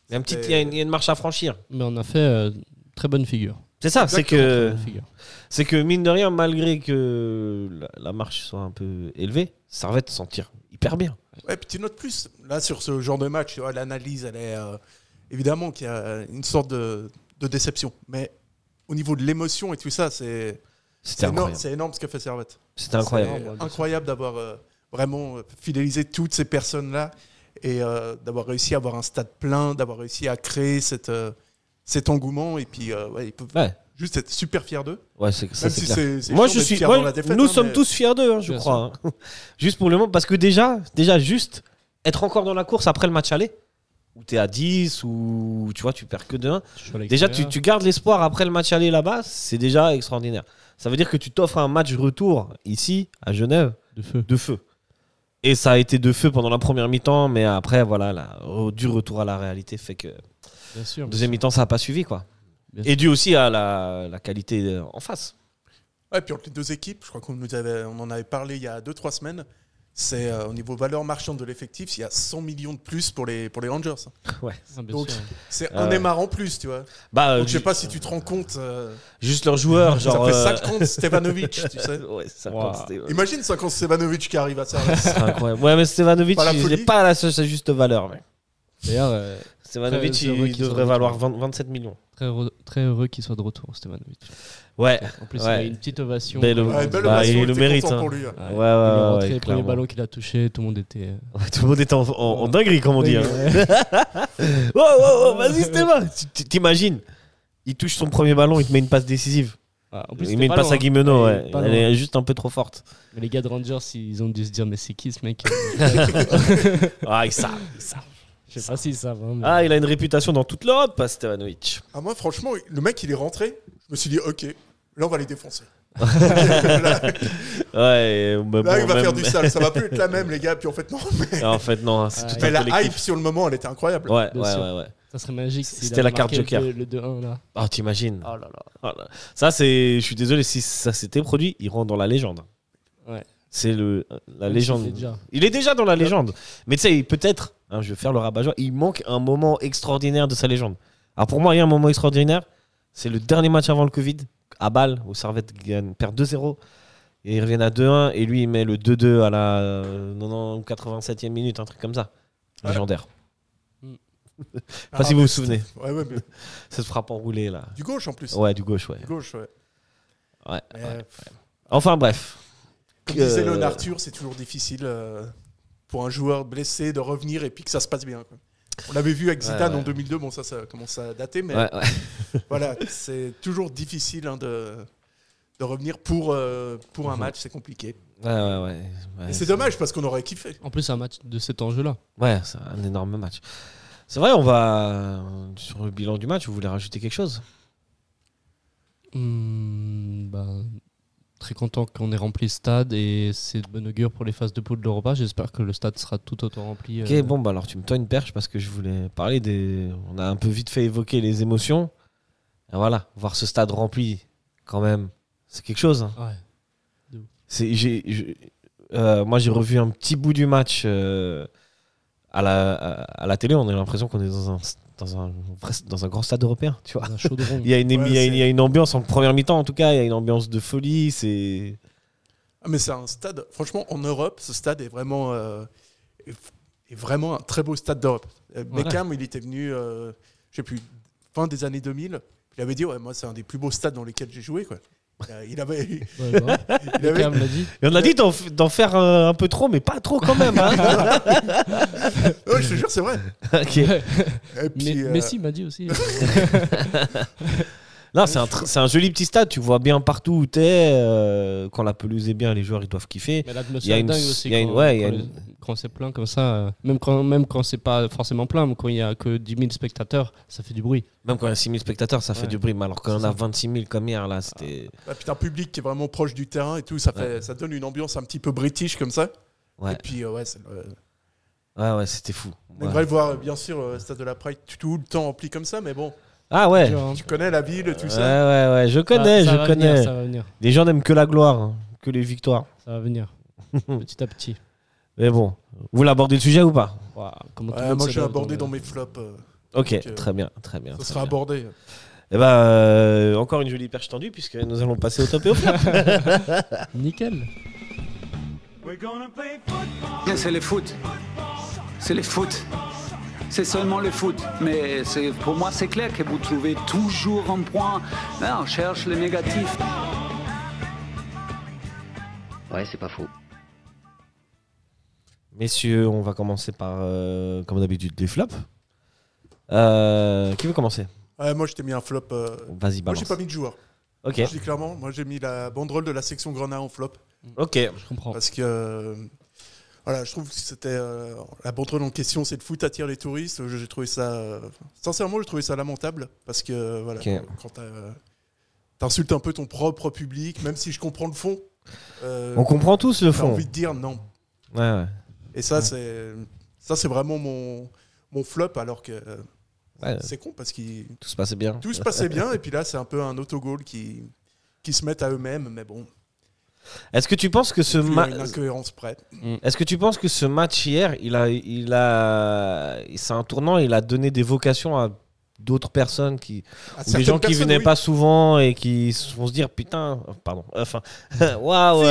E: Il y a, un petit, il y a une, il y a une marche à franchir.
F: Mais on a fait euh, très bonne figure.
E: C'est ça, c'est
F: Très
E: que,
F: bonne figure.
E: c'est que mine de rien, malgré que la, la marche soit un peu élevée, Servette s'en tire hyper bien.
G: Ouais, puis tu notes plus, là, sur ce genre de match, tu vois, l'analyse, elle est. euh, évidemment qu'il y a une sorte de, de déception. Mais au niveau de l'émotion et tout ça, c'est c'est
E: C'était
G: énorme,
E: incroyable.
G: c'est énorme ce qu'a fait Servette.
E: C'était incroyable.
G: C'est incroyable d'avoir euh, vraiment euh, fidélisé toutes ces personnes-là et euh, d'avoir réussi à avoir un stade plein, d'avoir réussi à créer cette, euh, cet engouement. Et puis, euh, ouais, ils peuvent
E: Ouais,
G: juste être super fiers d'eux.
E: ouais, c'est ça.
G: Même
E: c'est
G: si
E: clair.
G: c'est c'est
E: Moi,
G: chiant
E: je
G: d'être
E: suis.
G: fier
E: moi,
G: dans la défaite,
E: nous
G: hein,
E: sommes
G: mais-
E: tous fiers d'eux, hein, je
F: Bien
E: crois. hein. Juste pour le moment, parce que déjà, déjà juste être encore dans la course après le match aller, où t'es à 10 ou tu vois, tu perds que 2-1.
F: Je suis à
E: Déjà, tu,
F: l'extérieur.
E: tu gardes l'espoir après le match aller là-bas, c'est déjà extraordinaire. Ça veut dire que tu t'offres un match retour ici à Genève
F: de feu.
E: de feu. Et ça a été de feu pendant la première mi-temps, mais après, voilà, la- au- du retour à la réalité fait que
F: Bien sûr.
E: deuxième mi-temps, ça n'a pas suivi, quoi.
F: Bien
E: Et dû aussi à la, la qualité euh, en face.
G: Ouais, puis entre les deux équipes, je crois qu'on nous avait, on en avait parlé il y a 2-3 semaines. c'est euh, au niveau valeur marchande de l'effectif, il y a 100 millions de plus pour les, pour les Rangers.
F: Ah, bien
G: Donc,
F: sûr.
G: C'est
E: Ah
G: un
E: ouais.
G: démarre en plus, tu vois.
E: Bah,
G: Donc, je sais
E: ju-
G: pas si tu te rends compte. euh,
E: juste leurs joueurs, genre.
G: ça fait
E: euh,
G: 50 Stevanovic, tu sais.
E: ouais, 50,
F: Waouh.
E: c'était- ouais.
G: Imagine 50 Stevanovic qui arrive à ça. Ah,
E: C'est incroyable. Ouais, mais Stevanovic,
G: Pas la
E: il n'est
G: folie.
E: pas à la sa sa juste valeur. mec.
F: D'ailleurs, euh,
E: Stevanovic,
F: Très heureux
E: il
F: qu'ils soient
E: devrait
F: de
E: valoir
F: retour.
E: 20 27 millions.
F: très heureux, très heureux qu'il soit de retour, Stevanovic.
E: Ouais,
F: En plus, il
E: Ouais.
F: a eu une petite ovation. euh,
E: Belle
F: Ouais,
E: ovation.
G: Ouais, belle
E: Bah,
G: ovation,
E: il
G: il
E: le
G: était
E: mérite,
G: content
E: hein.
G: pour lui. hein.
F: il est
E: ouais, ouais,
F: rentré,
E: ouais,
F: le premier
E: clairement.
F: ballon qu'il a touché, tout le monde était. euh,
E: tout le monde était en, en- en dinguerie, comme on dit. hein.
F: Ouais.
E: Oh, oh, oh, vas-y, Stéphane Tu- tu- T'imagines Il touche son premier ballon, il te met une passe décisive.
F: Ah, en plus,
E: il
F: c'était
E: met une
F: pas
E: passe
F: loin,
E: à Guimeno,
F: hein.
E: ouais.
F: Ouais, pas
E: Elle
F: loin.
E: est juste un peu trop forte.
F: Mais les gars de Rangers, ils ont dû se dire, mais c'est qui ce mec
E: Ah, il savent, ils savent.
F: Je sais pas s'ils savent. hein, mais-
E: Ah, il a une réputation dans toute l'Europe, pas Stevanovic.
G: Ah, moi, franchement, le mec, il est rentré. Je me suis dit, ok, là, on va les défoncer. là,
E: Ouais, mais
G: là,
E: bon,
G: il va
E: même-
G: faire du sale. Ça va plus être la même, les gars. Puis en fait, non. Mais,
E: En fait, non, hein, c'est
F: Ah,
E: tout
G: mais
E: un
G: la hype
E: collectif.
G: sur le moment, elle était incroyable.
E: Ouais, ouais,
F: Bien sûr.
E: ouais, ouais.
F: Ça serait magique s'il
E: C'était
F: avait
E: la carte
F: marqué le
E: Joker.
F: deux- Le 2-1 là.
E: Oh, t'imagines
F: Oh là là.
E: Oh là là. Ça, c'est. Je suis désolé, si ça s'était produit, il rentre dans la légende.
F: Ouais.
E: C'est le la
F: Même
E: légende.
F: s'il est déjà.
E: Il est déjà dans la légende. Mais tu sais, il- peut-être, hein, je vais faire le rabat-joie, il manque un moment extraordinaire de sa légende. Alors pour moi, il y a un moment extraordinaire. C'est le dernier match avant le Covid, à Bâle, où Servette gagne, perd 2-0. Et ils reviennent à 2-1. Et lui, il met le 2-2 à la euh, 90 87e minute, un truc comme ça.
G: Ouais.
E: Légendaire.
G: Ah,
E: Pas si vous vous souvenez.
G: Ouais, ouais, mais
E: Cette frappe enroulée, là.
G: du gauche en plus.
E: Ouais, du gauche, ouais.
G: Du gauche, ouais.
E: Ouais,
G: Mais,
E: ouais.
G: pff,
E: Enfin, bref.
G: Comme
E: Euh,
G: disait Léon Arthur, c'est toujours difficile euh, pour un joueur blessé de revenir et puis que ça se passe bien. quoi. On l'avait vu avec
E: Ouais,
G: Zidane
E: ouais.
G: en 2002. Bon, ça, ça commence à dater, mais
E: Ouais, ouais.
G: voilà, c'est toujours difficile hein, de, de revenir pour, euh, pour un
E: Mhm.
G: match. C'est compliqué.
E: Ouais, ouais, ouais. Ouais,
G: et c'est dommage parce qu'on aurait kiffé.
F: En plus, un match de cet enjeu-là.
E: Ouais, c'est un énorme match. C'est vrai, on va. Sur le bilan du match, vous voulez rajouter quelque chose
F: Hmm, bah, très content qu'on ait rempli le stade et c'est de bon augure pour les phases de poule de l'Europa. J'espère que le stade sera tout autant rempli.
E: Ok,
F: euh,
E: bon, bah alors tu me tends une perche parce que je voulais parler des. On a un peu vite fait évoquer les émotions. Et voilà, voir ce stade rempli, quand même, c'est quelque chose. hein.
F: ouais.
E: C'est, j'ai, je- euh, moi, j'ai revu un petit bout du match euh, à, la, à, à la télé. On a l'impression qu'on est dans un, dans, un, vrai- dans un grand stade européen, tu vois.
F: Un chaudron.
E: Bah. Il y, a une,
G: Ouais,
E: il y a une-
G: c'est-
E: il y a une ambiance en première mi-temps, en tout cas, il y a une ambiance de folie. C'est.
G: Ah, mais c'est un stade, franchement, en Europe, ce stade est vraiment, euh, est, est vraiment un très beau stade d'Europe. Euh,
E: Voilà.
G: Beckham, il était venu, euh, je sais plus, fin des années 2000. Il avait dit, ouais, moi, c'est un des plus beaux stades dans lesquels j'ai joué. Quoi. Euh, Il avait, il
F: Ouais, bah,
G: avait-
F: le câble l'a dit.
E: Et on a dit d'en, f- d'en faire euh, un peu trop, mais pas trop quand même. hein.
G: Ouais, je te jure, c'est vrai.
E: Ok.
G: Et puis,
F: Mais,
G: euh,
F: Messi m'a dit aussi.
E: Non, c'est un, tr- c'est un joli petit stade. Tu vois bien partout où t'es. euh, quand la pelouse est bien, les joueurs ils doivent kiffer.
F: Mais
E: Il y a
F: l'atmosphère est
E: une-
F: dingue aussi.
E: il y a une-
F: quand,
E: ouais, il y a
F: quand
E: une-
F: le- quand c'est plein comme ça, euh, même quand, même quand c'est pas forcément plein, mais quand il y a que 10 000 spectateurs, ça fait du bruit.
E: Même quand il y a 6000 spectateurs, ça fait
F: Ouais.
E: du bruit. Mais alors qu'on
F: C'est
E: a
F: ça.
E: 26 000 comme hier, là, c'était.
G: bah, putain, public qui est vraiment proche du terrain et tout, ça, fait, ça donne une ambiance un petit peu british comme ça.
E: Ouais.
G: Et puis, euh, ouais, c'est le-
E: Ouais, ouais, c'était fou.
G: on
E: Ouais.
G: aimerait le voir, euh, bien sûr, euh, stade de la Pride tout le temps rempli comme ça, mais bon,
E: Ah ouais.
F: Dur, hein.
G: tu connais la ville, tout
E: Ouais,
G: ça.
E: ouais, ouais, je connais,
F: Ça- ça
E: je
F: va venir,
E: connais.
F: ça va venir.
E: Les gens n'aiment que la gloire, hein, que les victoires.
F: Ça va venir. petit à petit.
E: Mais bon, vous l'abordez le sujet ou pas
F: Waouh, comment tout
G: Ouais,
F: le monde
G: moi,
F: se
G: j'ai
F: lève
G: abordé dans
F: le-
G: mes flops. euh,
E: Ok,
G: Donc, euh,
E: très bien, très bien.
G: ça
E: très
G: sera
E: bien.
G: abordé.
E: Eh ben, euh, encore une jolie perche tendue puisque nous allons passer au top et au flop.
F: Nickel.
A: Mais C'est le foot. C'est le foot. C'est seulement le foot. Mais c'est- pour moi, c'est clair que vous trouvez toujours un point. Hein, on cherche le négatif.
H: Ouais, c'est pas faux.
E: Messieurs, on va commencer par, euh, comme d'habitude, les flops. Euh, qui veut commencer
G: Ouais, moi, je t'ai mis un flop. euh,
E: Vas-y,
G: Moi,
E: balance.
G: j'ai pas mis de joueur.
E: Ok,
G: Je dis clairement, moi, j'ai mis la banderole de la section Grenat en flop.
E: ok.
F: Je comprends.
G: Parce que. euh, Voilà, je trouve que c'était. euh, la banderole en question, c'est le foot attire les touristes. J'ai trouvé ça. euh, sincèrement, j'ai trouvé ça lamentable. Parce que, euh, voilà,
E: Ok.
G: quand t'as, euh, t'insultes un peu ton propre public, même si je comprends le fond. euh,
E: On comprend tous le
G: t'as
E: fond.
G: envie de dire non.
E: Ouais, ouais.
G: Et ça, c'est. Ça, c'est vraiment mon, mon flop, alors que. euh,
E: Ouais.
G: C'est con parce qu'il.
E: Tout se passait bien.
G: Tout se passait bien, et puis là, c'est un peu un autogol qui, qui se mettent à eux-mêmes, mais bon.
E: Est-ce que tu penses que ce
G: Plus
E: ma- Mm.
G: Une incohérence près.
E: Est-ce que tu penses que ce match hier, il a, il a, c'est un tournant, il a donné des vocations à d'autres personnes qui,
G: À
E: ou des gens
G: certaines
E: qui
G: personnes,
E: venaient
G: oui.
E: pas souvent et qui se- vont se dire putain, euh, pardon, enfin, waouh,
G: Fichtre.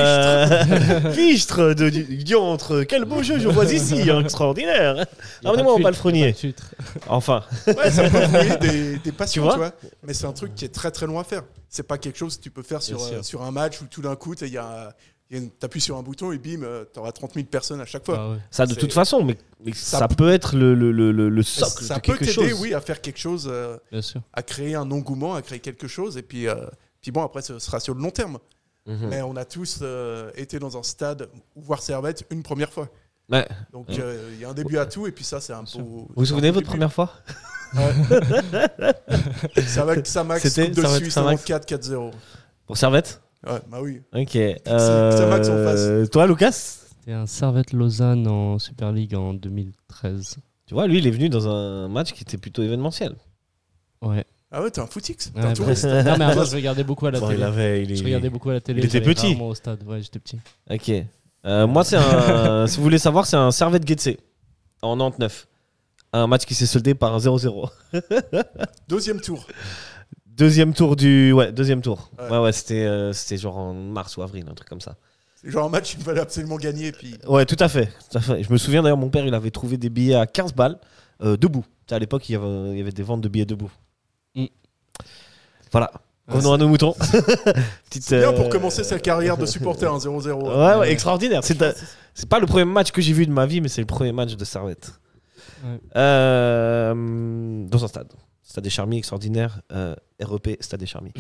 E: euh, fichtre de du- diantre, quel beau jeu je vois ici, hein, extraordinaire.
F: Il y a pas de
E: Ramenez-moi
F: filtre,
E: Palefrenier.
F: il y a pas de filtre.
E: Enfin,
G: Ouais, ça peut créer des, des passions,
E: Tu
G: tu
E: vois
G: vois. Mais c'est un truc qui est très très loin à faire. C'est pas quelque chose que tu peux faire sur,
E: Bien sûr.
G: euh, sur un match où tout d'un coup, t'as- il y a- il y a une- t'appuies sur un bouton et bim, euh, t'auras 30 000 personnes à chaque fois.
F: Ah ouais.
E: ça de
G: C'est-
E: toute façon, mais, mais ça,
G: Ça
E: peut être le le le le, le
G: Mais
E: socle
G: ça
E: de
G: peut
E: quelque chose.
G: t'aider, oui, à faire quelque chose, euh,
F: Bien sûr.
G: à créer un engouement, à créer quelque chose. Et puis, euh, puis bon, après, ce sera sur le long terme.
E: Mhm.
G: Mais on a tous euh, été dans un stade où voir Servette une première fois.
E: Ouais.
G: Donc,
E: Ouais.
G: euh, il y a un début à tout. Et puis ça, c'est un peu.
F: sûr.
E: Vous vous souvenez de votre première fois
G: Ça va Samax,
E: C'était-
G: Coupe de
E: ça va être
G: Suisse,
E: Samax.
G: 94 4-0.
E: Pour Servette
G: Ouais, bah oui.
E: Ok.
G: c'est Max en
E: Euh, Toi, Lucas
F: C'était un Servette Lausanne en Super League en 2013.
E: Tu vois, lui, il est venu dans un match qui était plutôt événementiel.
F: Ouais.
G: Ah ouais, t'es un footix. T'es
F: Ouais,
G: un
F: bah,
G: touriste.
F: non, mais avant, je regardais beaucoup à la
E: Bon,
F: télé.
E: il avait, il est-
F: Je regardais beaucoup à la télé.
E: il était
F: j'allais
E: petit.
F: rarement au stade. Ouais, j'étais petit.
E: Ok. Euh, moi, c'est un. si vous voulez savoir, c'est un Servette Getse en 99. Un match qui s'est soldé par un 0-0.
G: Deuxième tour.
E: Deuxième tour du. Ouais, deuxième tour. Ouais,
G: Ouais.
E: ouais, c'était, euh, c'était genre en mars ou avril, un truc comme ça.
G: C'est genre un match qu'il fallait absolument gagner. Puis...
E: Ouais, tout à fait. tout à fait. Je me souviens d'ailleurs, mon père, il avait trouvé des billets à 15 balles euh, debout. Tu sais, À l'époque, il y, avait, il y avait des ventes de billets debout.
F: Mm.
E: Voilà. Revenons à nos moutons. Petite,
G: C'est bien
E: euh,
G: pour commencer sa carrière de supporter, un 0-0.
E: Ouais, ouais, extraordinaire. C'est, euh, c'est pas le premier match que j'ai vu de ma vie, mais c'est le premier match de Servette.
F: Ouais.
E: Euh, dans un stade. Stade des Charmis, extraordinaire. Euh, REP, Stade des Charmis.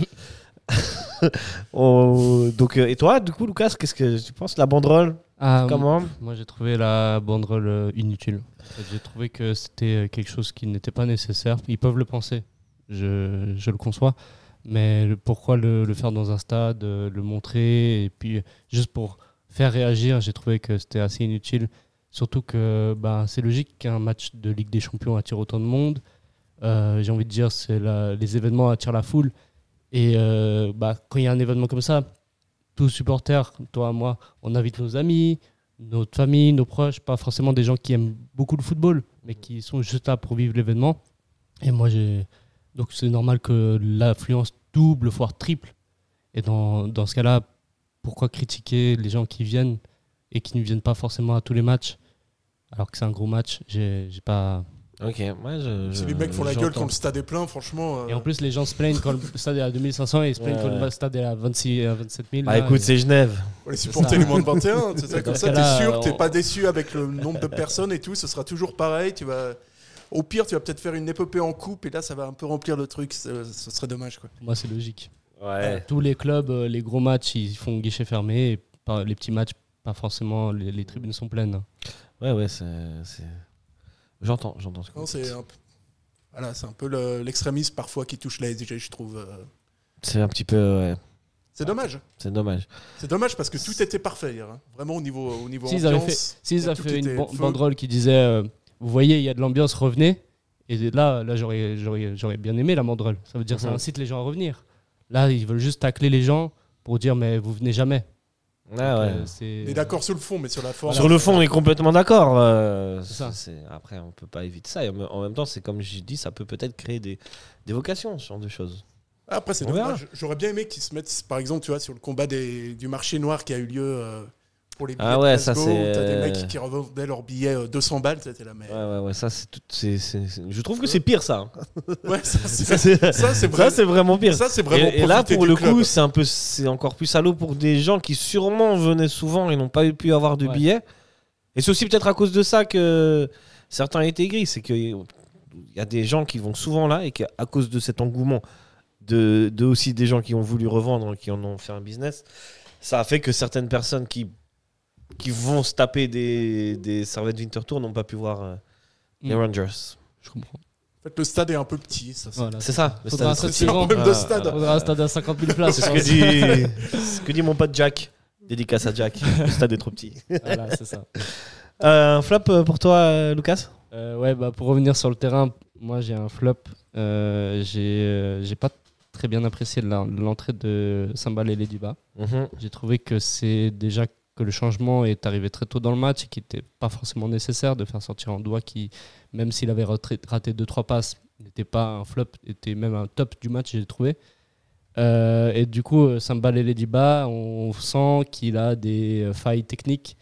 E: Oh, donc, euh, et toi, du coup, Lucas, qu'est-ce que tu penses La banderole
F: Ah,
E: Comment
F: Moi, j'ai trouvé la banderole euh, inutile. En fait, J'ai trouvé que c'était euh, quelque chose qui n'était pas nécessaire. Ils peuvent le penser, je, je le conçois. Mais le- pourquoi le, le faire dans un stade, euh, le montrer, et puis euh, juste pour faire réagir, j'ai trouvé que c'était assez inutile. Surtout que bah, c'est logique qu'un match de Ligue des Champions attire autant de monde. Euh, j'ai envie de dire, c'est la- les événements attirent la foule. Et euh, bah, quand il y a un événement comme ça, tous supporters, toi, moi, on invite nos amis, notre famille, nos proches, pas forcément des gens qui aiment beaucoup le football, mais qui sont juste là pour vivre l'événement. Et moi, j'ai. Donc, c'est normal que l'affluence double, voire triple. Et dans, dans ce cas-là, pourquoi critiquer les gens qui viennent et qui ne viennent pas forcément à tous les matchs alors que c'est un gros match J'ai j'ai pas.
E: Ok, moi je.
G: C'est
E: je-
G: les mecs qui font la gueule
E: j'entends.
G: quand le stade est plein, franchement. euh,
F: Et en plus, les gens se plaignent quand le stade est à 2500 et ils se plaignent
E: Ouais,
F: quand
E: ouais.
F: le stade est à 26, à 27 000.
E: Bah
F: là,
E: écoute,
F: et-
E: c'est Genève.
G: on les supporter les moins de 21. C'est ça,
F: Dans
G: comme
F: ce
G: ça,
F: cas-là,
G: t'es sûr,
F: on-
G: t'es pas déçu avec le nombre de personnes et tout. Ce sera toujours pareil. Tu vas... Au pire, tu vas peut-être faire une épopée en coupe et là, ça va un peu remplir le truc. Ce ce serait dommage, quoi.
F: Pour moi, c'est logique.
E: Ouais.
F: Tous les clubs, euh, les gros matchs, ils font guichet fermé. Et par- les petits matchs, pas forcément. Les, les tribunes sont pleines.
E: Ouais, ouais, c'est. c'est- J'entends, j'entends ce que
G: Non,
E: vous
G: c'est
E: dites.
G: un... peu- voilà, c'est un peu le- l'extrémisme parfois qui touche la SG, je trouve. euh.
E: C'est un petit peu. Ouais,
G: C'est dommage.
E: c'est dommage.
G: C'est dommage parce que tout était parfait hier. hein. Vraiment au niveau, au niveau
F: S'ils avaient
G: ambiance.
F: fait, s'ils
G: tout
F: avaient fait une
G: était
F: ban-
G: feu.
F: banderole qui disait euh, Vous voyez, il y a de l'ambiance, revenez. Et là, là j'aurais, j'aurais, j'aurais bien aimé la banderole. Ça veut dire que ça
E: Mhm.
F: incite les gens à revenir. Là, ils veulent juste tacler les gens pour dire Mais vous venez jamais.
E: Ouais,
F: Donc,
E: Ah ouais.
F: euh, c'est-
G: On est d'accord sur le fond, mais sur la forme.
E: Sur le fond, on est complètement d'accord. euh,
F: C'est ça.
E: c'est- Après, on peut pas éviter ça. Et en me- en même temps, c'est comme j'ai dit, ça peut peut-être créer des, des vocations, ce genre de choses.
G: Ah, Après, c'est
E: On verra.
G: dommage. J'aurais bien aimé qu'ils se mettent, par exemple, tu vois, sur le combat des- du marché noir qui a eu lieu euh, pour les billets.
E: Ah
G: de
E: ouais, ça,
G: Glasgow,
E: c'est,
G: où T'as des
E: euh,
G: mecs qui revendaient leurs billets euh, 200 balles, c'était la
E: Ouais,
G: merde.
E: ouais, ouais. Ça, c'est tout. c'est- c'est- c'est- Je trouve que c'est pire, ça. hein.
G: Ouais, ça, c'est
E: Ça, c'est
G: ça,
E: ça,
G: c'est vrai.
E: c'est vraiment pire.
G: Ça, c'est vraiment.
E: Et, et là,
G: profiter
E: pour
G: du
E: le
G: club.
E: coup, c'est un peu, c'est encore plus salaud pour des gens qui sûrement venaient souvent et n'ont pas eu pu avoir de
F: Ouais.
E: billets. Et c'est aussi peut-être à cause de ça que certains étaient gris, c'est qu'il y a des gens qui vont souvent là et qu'à à cause de cet engouement, de, de aussi des gens qui ont voulu revendre, qui en ont fait un business, ça a fait que certaines personnes qui qui vont se taper des, des servettes Winterthur n'ont pas pu voir euh, les
F: Mm.
E: Rangers.
F: Je comprends.
G: En fait, le stade est un peu petit. Ça, c'est-
F: Voilà.
E: C'est ça. le
F: Bah, Faudra
E: stade.
F: un
G: c'est un
F: grand.
G: problème de stade.
F: Faudra un stade à 50 000 places. hein.
E: C'est ce que dit, ce que dit mon pote Jack. Dédicace à Jack. Le stade est trop petit.
F: Voilà, c'est ça.
E: Euh, un flop euh, pour toi, euh, Lucas
F: Euh, ouais, bah, pour revenir sur le terrain, moi j'ai un flop. Euh, j'ai euh, j'ai pas très bien apprécié la- l'entrée de Sambal et Ledyba.
E: Mhm.
F: J'ai trouvé que c'est déjà que le changement est arrivé très tôt dans le match et qu'il n'était pas forcément nécessaire de faire sortir un doigt qui, même s'il avait ratrait- raté 2-3 passes, n'était pas un flop, était même un top du match, j'ai trouvé. Euh, et du coup, euh, Sambal et Lediba, on sent qu'il a des euh, failles techniques.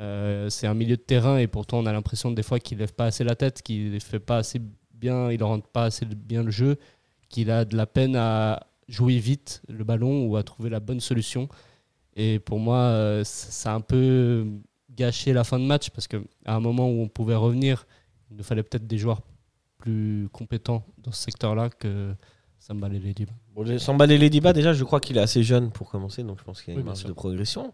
F: Euh, c'est un milieu de terrain et pourtant on a l'impression des fois qu'il lève pas assez la tête, qu'il fait pas assez bien, il rentre pas assez bien le jeu, qu'il a de la peine à jouer vite le ballon ou à trouver la bonne solution. Et pour moi, euh, c- ça a un peu gâché la fin de match parce qu'à un moment où on pouvait revenir, il nous fallait peut-être des joueurs plus compétents dans ce secteur-là que Samba et Lediba.
E: Bon, les- Samba les Lediba, déjà, je crois qu'il est assez jeune pour commencer, donc je pense qu'il y a
F: Oui,
E: une
F: bien
E: marge
F: sûr.
E: de progression.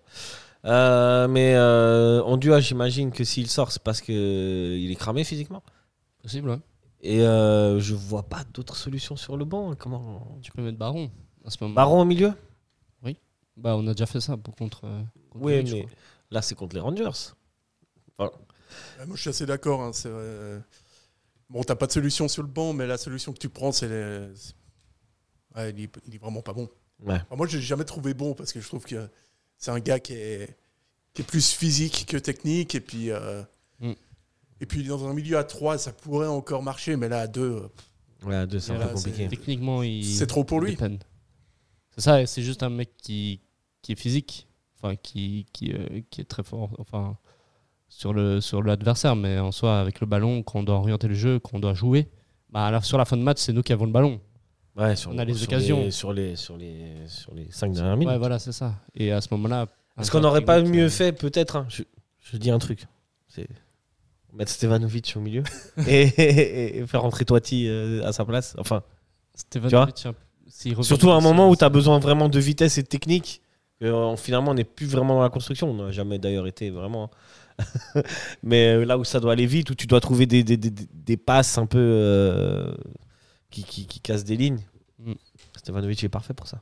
E: Euh, mais euh, Ondua, j'imagine que s'il sort, c'est parce qu'il est cramé physiquement.
F: Possible, ouais.
E: Et euh, je vois pas d'autre solution sur le banc. Comment
F: Tu peux mettre Baron à ce moment.
E: Baron au milieu
F: Bah, on a déjà fait ça pour contre. euh, contre
E: Oui,
F: Leeds, je
E: mais
F: crois.
E: là, c'est contre les Rangers.
G: Euh, Moi, je suis assez d'accord. hein, c'est, euh, Bon, t'as pas de solution sur le banc, mais la solution que tu prends, c'est. les- c'est- Ouais, il, est, il est vraiment pas bon.
E: Ouais.
G: Enfin, moi, je l'ai jamais trouvé bon parce que je trouve que c'est un gars qui est, qui est plus physique que technique. Et puis, euh,
F: Mm.
G: et puis dans un milieu à 3, ça pourrait encore marcher, mais là, à 2, euh,
E: Ouais, à deux, c'est un
G: Là,
E: peu
G: c'est-
E: compliqué.
F: Techniquement, il.
G: c'est trop pour
F: il
G: lui.
F: dépanne. C'est ça, et c'est juste un mec qui, qui est physique, enfin, qui, qui, euh, qui est très fort enfin, sur l'adversaire, sur l'adversaire, mais en soi, avec le ballon, quand on doit orienter le jeu, quand on doit jouer, bah, alors, sur la fin de match, c'est nous qui avons le ballon.
E: Ouais, sur
F: On a les
E: sur
F: occasions.
E: les- sur, les, sur, les, sur les cinq dernières minutes.
F: Ouais, voilà, c'est ça. Et à ce moment-là. un
E: Est-ce qu'on
F: joueur
E: n'aurait pas
F: technique,
E: mieux
F: euh,
E: fait, peut-être hein, je, je dis un truc. C'est mettre Stevanovic au milieu et, et- et faire rentrer Toiti euh, à sa place. Enfin,
F: Stevanovic, s'il revient,
E: surtout à un
F: c'est-
E: moment où tu as besoin vraiment de vitesse et de technique. que, euh, finalement, on n'est plus vraiment dans la construction. On n'a jamais d'ailleurs été vraiment. hein. Mais euh, là où ça doit aller vite, où tu dois trouver des, des, des- des passes un peu euh, qui, qui, qui cassent des lignes.
F: Mm.
E: Stevanovic est parfait pour ça.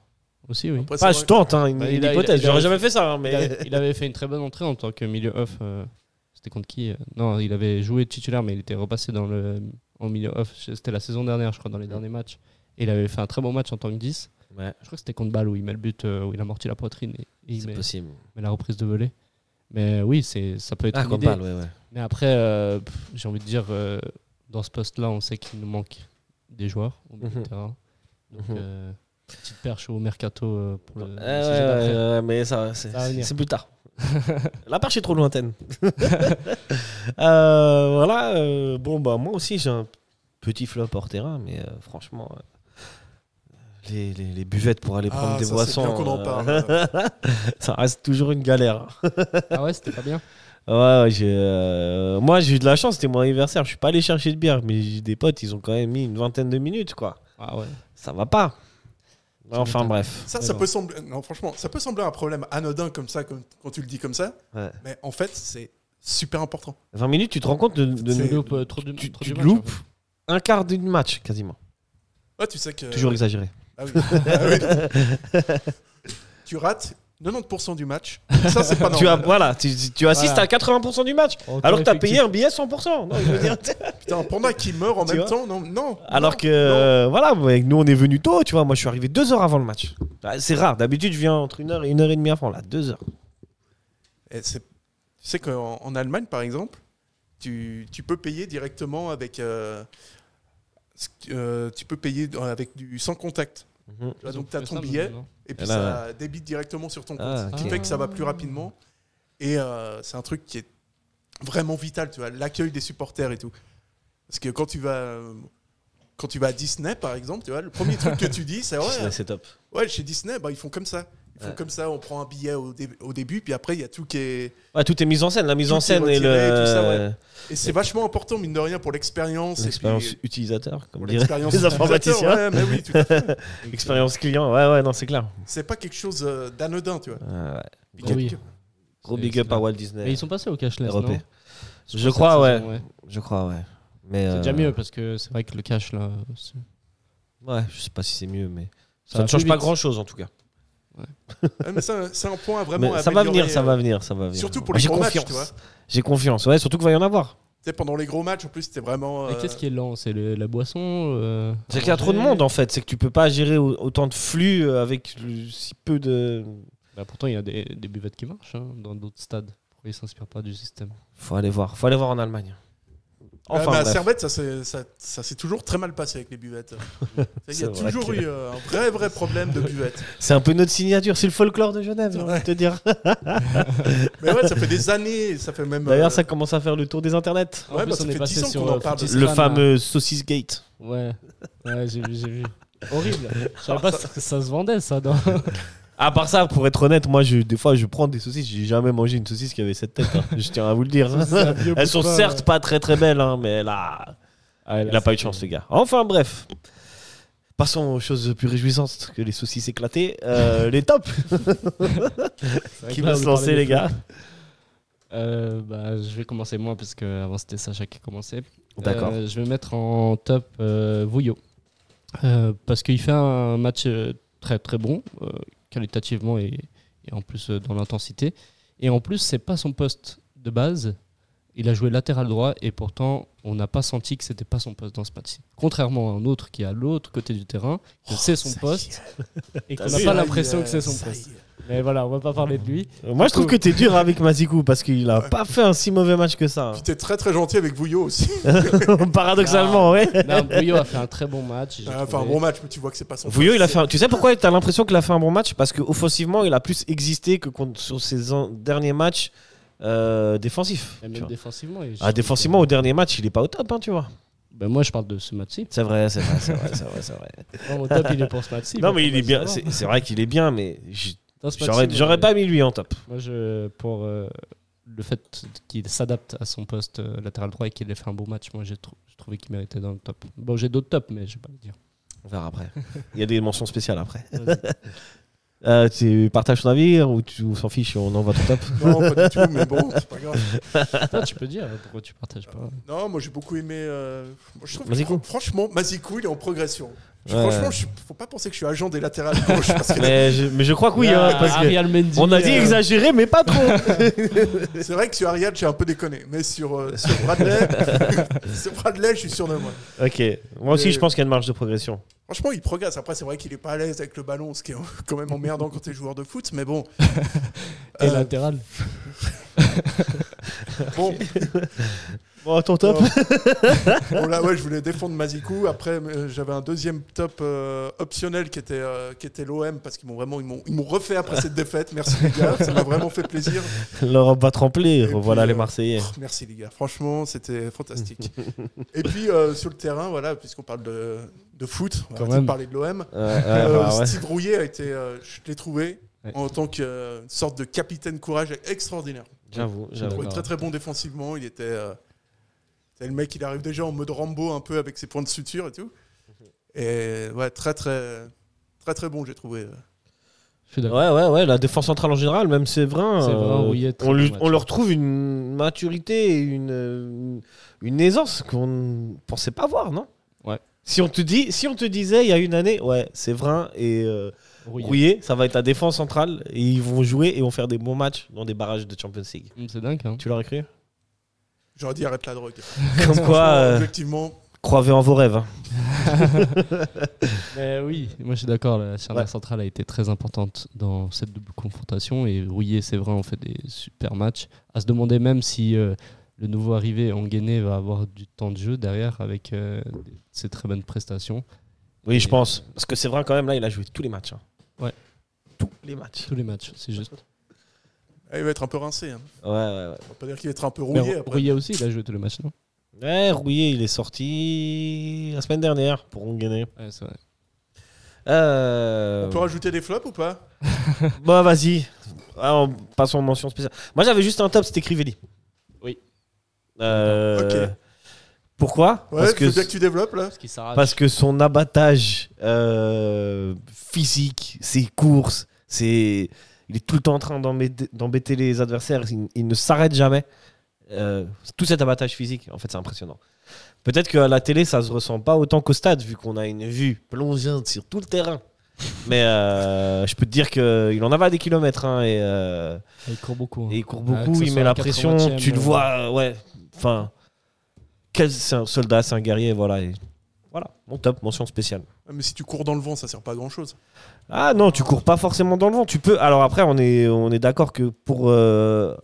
F: Aussi, oui.
G: après, c'est
E: Pas
G: vrai-
E: je tente, hein, une,
F: Bah,
E: une
F: il a- il a-
E: hypothèse.
F: il a-
E: J'aurais jamais fait ça. hein, mais...
F: Il avait, il avait fait une très bonne entrée en tant que milieu off. euh, c'était contre qui euh, Non, il avait joué titulaire, mais il était repassé dans le, en milieu off. C'était la saison dernière, je crois, dans les derniers matchs. Et il avait fait un très bon match en tant que 10.
E: Ouais,
F: Je crois que c'était contre Bâle où il met le but, euh, où il amortit la poitrine et, et il
E: c'est
F: met,
E: possible.
F: met la reprise de volet. Mais oui, c'est ça peut être
E: Ah,
F: une
E: qu'on
F: idée.
E: parle, ouais, ouais.
F: Mais après, euh, pff, j'ai envie de dire, euh, dans ce poste-là, on sait qu'il nous manque des joueurs au milieu de
E: Mhm.
F: terrain. Donc,
E: Mhm.
F: euh, petite perche au mercato euh, pour le, le
E: Ouais,
F: sujet
E: ouais,
F: d'après.
E: ouais, mais ça, c'est,
F: Ça va venir.
E: c'est plus tard. La perche est trop lointaine. Euh, voilà. euh, bon, bah, moi aussi, j'ai un petit flop hors terrain, mais euh, franchement, euh, les, les- les buvettes pour aller
G: Ah,
E: prendre des
G: ça, c'est
E: boissons,
G: bien qu'on en
E: euh,
G: parle.
E: ça reste toujours une galère.
F: Ah ouais, c'était pas bien.
E: Ouais, ouais, j'ai, euh, moi j'ai eu de la chance, c'était mon anniversaire. Je suis pas allé chercher de bière, mais j'ai des potes, ils ont quand même mis une vingtaine de minutes, quoi.
F: Ah ouais.
E: Ça va pas.
F: Ça
E: Enfin
F: m'étonne.
E: bref.
G: Ça, ça
F: D'accord.
G: peut sembler, non, franchement, ça peut sembler un problème anodin comme ça, comme- quand tu le dis comme ça,
E: Ouais.
G: mais en fait, c'est super important.
E: 20 minutes, tu te rends compte de, de-
G: C'est-
F: Tu loupes euh, trop de
E: tu,
F: trop
E: tu
F: du
E: te
F: match, en
E: loupes un quart d'une match quasiment.
G: Ouais, Ah, tu sais que.
E: Toujours exagéré.
G: Ah oui. Ah oui. tu rates 90% du match. Ça, c'est pas normal.
E: Tu as, voilà, tu, tu assistes
F: Voilà.
E: à 80% du match
F: fait.
E: alors que tu as
F: Effectif.
E: payé un billet 100%. Non, je veux dire,
G: Putain, un panda qui meurt en
E: Tu
G: même
E: vois
G: temps, non, non.
E: alors que euh, voilà, ouais, nous on est venu tôt, tu vois. Moi je suis arrivé deux heures avant le match. Ah, C'est rare, d'habitude je viens entre une heure et une heure et demie avant. Là, deux heures.
G: Et c'est- Tu sais qu'en en Allemagne, par exemple, tu, tu peux payer directement avec. euh, ce que- euh, tu peux payer avec du sans contact.
E: Mhm.
G: Tu
F: Ils
G: vois,
F: ont
G: Bah, donc, tu as
F: fait
G: ton
F: ça,
G: billet
F: maintenant.
G: et puis
E: Là,
G: ça débite directement sur ton compte.
E: Ah,
G: Ce
E: ok.
G: qui fait que ça va plus rapidement. Et euh, c'est un truc qui est vraiment vital, tu vois, l'accueil des supporters et tout. Parce que quand tu vas. euh, Quand tu vas à Disney, par exemple, tu vois, le premier truc que tu dis, c'est ouais,
E: Là, C'est top.
G: ouais, chez Disney, bah, ils font comme ça. Ils font
E: Ouais.
G: comme ça, on prend un billet au, dé- au début, puis après, il y a tout qui est.
E: Ouais, tout est mis en scène, la mise
G: Tout
E: en
G: est
E: scène et
G: retiré,
E: le. euh,
G: tout ça, ouais. Et c'est vachement important, mine de rien, pour l'expérience. et puis- euh,
E: L'expérience utilisateur, comme
G: pour
E: diraient
G: l'expérience
E: les informaticiens.
G: utilisateur, ouais, mais oui, tout à fait.
E: Expérience client, ouais, ouais, non, c'est clair.
G: C'est pas quelque chose euh, d'anodin, tu vois.
E: Ouais, ouais.
G: Puis
F: Ah oui.
G: quelque-
E: Gros
F: C'est-
E: big
F: c'est
E: up à
F: clair.
E: Walt Disney.
F: Mais ils sont passés au cashless.
E: RP.
F: non
E: Je
F: Cette
E: crois, ouais.
F: saison,
E: Je crois, ouais. Mais,
F: C'est
E: euh,
F: déjà mieux parce que c'est vrai que le cash là. c'est-
E: Ouais, je sais pas si c'est mieux, mais ça,
F: va
E: ne
F: plus
E: change pas
F: vite.
E: grand chose en tout cas.
G: Ouais, mais ça, c'est un point à vraiment.
E: Mais ça va
G: améliorer,
E: venir, ça
G: euh,
E: va venir, ça va venir.
G: Surtout pour
E: Moi,
G: les
E: Bah, J'ai
G: gros matchs, tu vois.
E: confiance. J'ai confiance, ouais, surtout qu'il va y en avoir.
G: Tu sais, pendant les gros matchs, en plus, c'était vraiment.
F: Mais
G: euh,
F: Qu'est-ce qui est lent C'est le- la boisson euh,
E: C'est qu'il y a trop de monde en fait, c'est que tu peux pas gérer au- autant de flux euh, avec le- si peu de.
F: Bah, Pourtant, il y a des, des buvettes qui marchent hein, dans d'autres stades. Pourquoi ils s'inspirent pas du système
E: Faut aller voir, faut aller voir en Allemagne.
G: Ouais, bah,
E: Enfin,
G: mais à
E: bref.
G: Servette, ça s'est ça- ça s'est toujours très mal passé avec les buvettes. Il y a
E: C'est vrai
G: toujours
E: que-
G: eu euh, un vrai, vrai problème de buvettes.
E: c'est un peu notre signature, c'est le folklore de Genève, j'ai envie de te dire.
G: Mais ouais, ça fait des années, ça fait même. euh,
E: D'ailleurs, ça commence à faire le tour des internets.
F: En
G: Ouais,
F: plus,
G: bah, ça
F: on est
G: fait
F: passé
G: 10 ans
F: sur,
G: qu'on en
F: euh,
G: parle de
F: Footix
G: ça.
E: Le
F: Fan,
E: fameux Saucisse Gate.
F: Ouais, ouais j'ai vu, j'ai vu. Horrible. Je savais pas, ça, ça se vendait ça. Dans...
E: À part ça, pour être honnête, moi, je, des fois, je prends des saucisses. J'ai jamais mangé une saucisse qui avait cette tête. hein. Je tiens à vous le dire. Elles sont certes pas très très belles, hein, mais là, il a pas eu de chance, les gars. Enfin, bref. Passons aux choses plus réjouissantes que les saucisses éclatées. Euh, les tops qui va se lancer, les gars.
F: Euh, bah, je vais commencer moi parce que avant c'était Sacha qui commençait.
E: D'accord.
F: Euh, je vais mettre en top euh, Vouillot. Euh, parce qu'il fait un match euh, très très bon, euh, qualitativement et, et en plus euh, dans l'intensité. Et en plus, c'est pas son poste de base. Il a joué latéral droit et pourtant, on n'a pas senti que c'était pas son poste dans ce match-ci. Contrairement à un autre qui est à l'autre côté du terrain, que
G: Oh,
F: c'est son poste et qu'on n'a
G: Ça y
F: pas
G: est,
F: l'impression que c'est son
G: ça y hein, est.
F: poste. Mais voilà, on va pas parler de lui.
E: Moi, je trouve que t'es dur avec Mazikou parce qu'il a pas fait un si mauvais match que ça.
G: Puis t'es très, très gentil avec Vouillot aussi.
E: hein. Paradoxalement, ouais.
F: Non, Bouillot a fait un très bon match. j'ai
G: Ah, Enfin, un
F: trouvé.
G: bon match, mais tu vois que c'est pas son
E: Vouillot,
G: poste.
E: il a fait. un- Tu sais pourquoi t'as l'impression qu'il a fait un bon match Parce qu'offensivement, il a plus existé que contre- sur ses en- derniers matchs euh, défensifs.
F: Et
E: tu
F: même
E: vois.
F: défensivement. et je
E: Ah,
F: trouve
E: défensivement,
F: que-
E: au dernier match, il est pas au top, hein, tu vois.
F: Ben, moi, je parle de ce match-ci.
E: C'est vrai, c'est vrai, c'est vrai, c'est vrai, c'est vrai.
F: Non, Mon top, il est pour ce match-ci.
E: non,
F: Pour
E: mais il est bien.
F: forcément.
E: C'est c'est vrai qu'il est bien, mais j-
F: Dans ce
E: j'aurais
F: match-ci,
E: j'aurais
F: moi,
E: pas mis lui en top.
F: Moi, je, pour euh, le fait qu'il s'adapte à son poste euh, latéral droit et qu'il ait fait un beau match, moi, j'ai trou- j'ai trouvé qu'il méritait dans le top. Bon, j'ai d'autres tops, mais je vais pas le dire.
E: On verra après. Il y a des mentions spéciales après. Euh, tu partages ton avis hein, ou tu ou s'en fiche, on envoie ton top
G: Non, pas du tout, mais bon, c'est pas grave.
F: Toi, tu peux dire euh, pourquoi tu partages pas.
G: Non, moi j'ai beaucoup aimé. euh, moi, je trouve
E: Mazikou.
G: que, franchement, Mazikou, il est en progression. Je-
E: Ouais.
G: Franchement, je, faut pas penser que je suis agent des latérales gauche. parce que
E: mais je, mais je crois que oui, hein, parce que
F: Ah, Ariel Mendy,
E: on a dit
F: euh,
E: exagéré, mais pas trop.
G: c'est vrai que sur Ariad, j'ai un peu déconné. Mais sur, euh, sur Bradley, sur Bradley, je suis sûr de moi.
E: ok, moi aussi,
G: Mais-
E: je pense qu'il y a une marge de progression.
G: Franchement, il progresse. Après, c'est vrai qu'il est pas à l'aise avec le ballon, ce qui est quand même emmerdant quand t'es joueur de foot. Mais bon.
F: t'es
G: Euh,
F: latéral.
G: bon, euh,
E: Bon, ton top
G: bon, là, ouais, je voulais défendre Mazikou. Après, euh, j'avais un deuxième top euh, optionnel qui était, euh, qui était l'OM parce qu'ils m'ont vraiment ils m'ont ils m'ont refait après cette défaite. Merci les gars, ça m'a vraiment fait plaisir.
E: L'Europe va trembler,
G: puis,
E: revoilà les
G: euh,
E: Marseillais.
G: Oh, Merci les gars, franchement c'était fantastique. Et puis euh, sur le terrain, voilà, puisqu'on parle de, de foot, on va
F: Quand
G: arrêter de
F: même.
G: parler de l'OM.
E: Ouais, ouais,
G: Euh,
E: bah ouais.
G: Steve Rouillet a été, euh, je l'ai trouvé
F: Ouais.
G: en tant que euh, une sorte de capitaine courage extraordinaire.
E: J'avoue,
G: Il
E: j'avoue.
G: est très très bon défensivement, il était, euh, c'est le mec il arrive déjà en mode Rambo un peu avec ses points de suture et tout.
E: Mhm.
G: Et ouais, très très très très bon j'ai trouvé.
F: Je suis d'accord.
E: Ouais, ouais, ouais, la défense centrale en général, même Séverin,
F: Séverin,
E: euh,
F: Rouillet, très
E: on, lui-
F: bon match.
E: on leur trouve une maturité et une, euh, une aisance qu'on ne pensait pas voir, non
F: Ouais.
E: Si on, te dit, si on te disait il y a une année, ouais, Séverin et euh,
F: Rouillé.
E: Rouillet, ça va être la défense centrale, et ils vont jouer et vont faire des bons matchs dans des barrages de Champions League.
F: Hum, C'est dingue. Hein.
E: Tu l'aurais cru
G: J'aurais dit arrête la drogue.
E: Comme quoi,
G: Franchement,
E: euh,
G: objectivement,
E: croyez en vos rêves. hein.
F: Mais oui, moi je suis d'accord, la charnière
E: Ouais.
F: centrale a été très importante dans cette double confrontation et Rouillet, c'est vrai, on fait des super matchs. À se demander même si euh, le nouveau arrivé Anguené va avoir du temps de jeu derrière avec euh, ses très bonnes prestations.
E: Oui, je
F: Et-
E: pense. Parce que Séverin, quand même, là, il a joué tous les matchs. hein.
F: Ouais.
E: Tous les matchs.
F: Tous les matchs, c'est juste.
G: ah, il va être un peu rincé. hein.
E: Ouais, ouais, ouais.
G: On va pas dire qu'il va être un peu
F: Mais
G: rouillé
F: Rou-
G: après.
F: Rouillet aussi, il a joué tous les matchs, non
E: Ouais, Rouillet, il est sorti la semaine dernière pour Ongainé.
F: Ouais, c'est vrai.
E: Euh...
G: On peut rajouter des flops ou pas
E: Bah vas-y. Ah, on- passons aux mentions spéciales. Moi j'avais juste un top, c'était Crivelli.
F: Oui.
E: Euh,
G: Ok.
E: Pourquoi
G: Ouais,
E: parce, que,
G: faut bien que tu développes là.
F: Parce qu'il s'arrache.
E: parce que son abattage euh, physique, ses courses, ses... il est tout le temps en train d'embêter d'embêter les adversaires, il, il ne s'arrête jamais. Euh, tout cet abattage physique, en fait c'est impressionnant. Peut-être qu'à la télé ça se ressent pas autant qu'au stade, vu qu'on a une vue plongeante sur tout le terrain. Mais euh, je peux te dire qu'il en avait à des kilomètres. hein, et, euh,
F: Il court beaucoup. hein.
E: et il court
F: Ah, que
E: beaucoup,
F: ce
E: il
F: soit
E: met
F: à
E: la
F: 80e,
E: pression, tu le
F: euh,
E: vois, euh, ouais. Enfin, quel- c'est un soldat, c'est un guerrier, voilà. et voilà, mon top, mention spéciale.
G: Ah, Mais si tu cours dans le vent, ça sert pas à grand chose.
E: Ah non, tu cours pas forcément dans le vent. Tu peux. Alors après, on est, on est d'accord que pour, euh,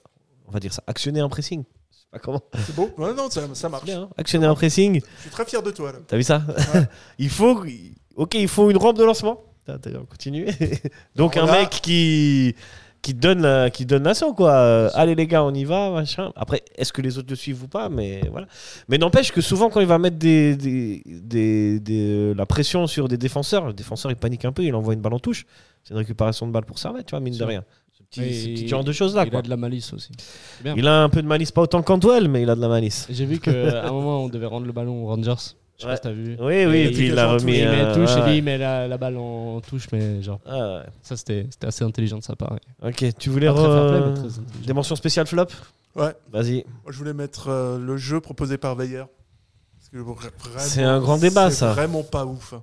E: on va dire ça, actionner un pressing. Je sais pas comment.
G: C'est beau Non, non, ça, ça marche.
E: Bien, hein. Actionner un pressing.
G: Je suis très fier de toi. Là.
E: T'as vu ça Il faut. Ok, il faut une rampe de lancement. T'as- t'as- On continue. Donc
G: Alors
E: un
G: là-
E: mec qui qui donne la- qui donne l'assaut quoi. Euh, Allez les gars, on y va machin. Après, est-ce que les autres le suivent ou pas Mais voilà. Mais n'empêche que souvent quand il va mettre des, des, des- des- euh, la pression sur des défenseurs, le défenseur il panique un peu, il envoie une balle en touche. C'est une récupération de balle pour Servette, tu vois, mine de
F: Sûr.
E: rien. Ce petit,
F: Mais
E: ce petit
F: il-
E: genre de choses là
F: Il
E: quoi.
F: a de la malice aussi. la-
E: Il a un peu de malice, pas autant qu'Antwell, mais il a de la malice.
F: J'ai vu qu'à un moment, on devait rendre le ballon aux Rangers. Je sais
E: Ouais.
F: pas si t'as vu.
E: Oui, oui,
F: Et
E: et puis il l'a
F: touche,
E: remis.
F: Il met
E: euh,
F: touche, il
E: ouais.
F: dit, il met la, la balle en touche, mais genre,
E: Ah, ouais.
F: ça c'était c'était assez intelligent de sa part. ouais.
E: Ok, tu voulais.
F: Pas très fair-play, mais
E: re-
F: très intelligent.
E: Des mentions spéciales flop
G: Ouais. Bah,
E: Vas-y.
G: Moi, je voulais mettre euh, le jeu proposé par Veilleur. Parce que, bon, vraiment,
E: C'est un grand débat,
G: c'est
E: ça. Ah,
G: vraiment pas ouf. hein.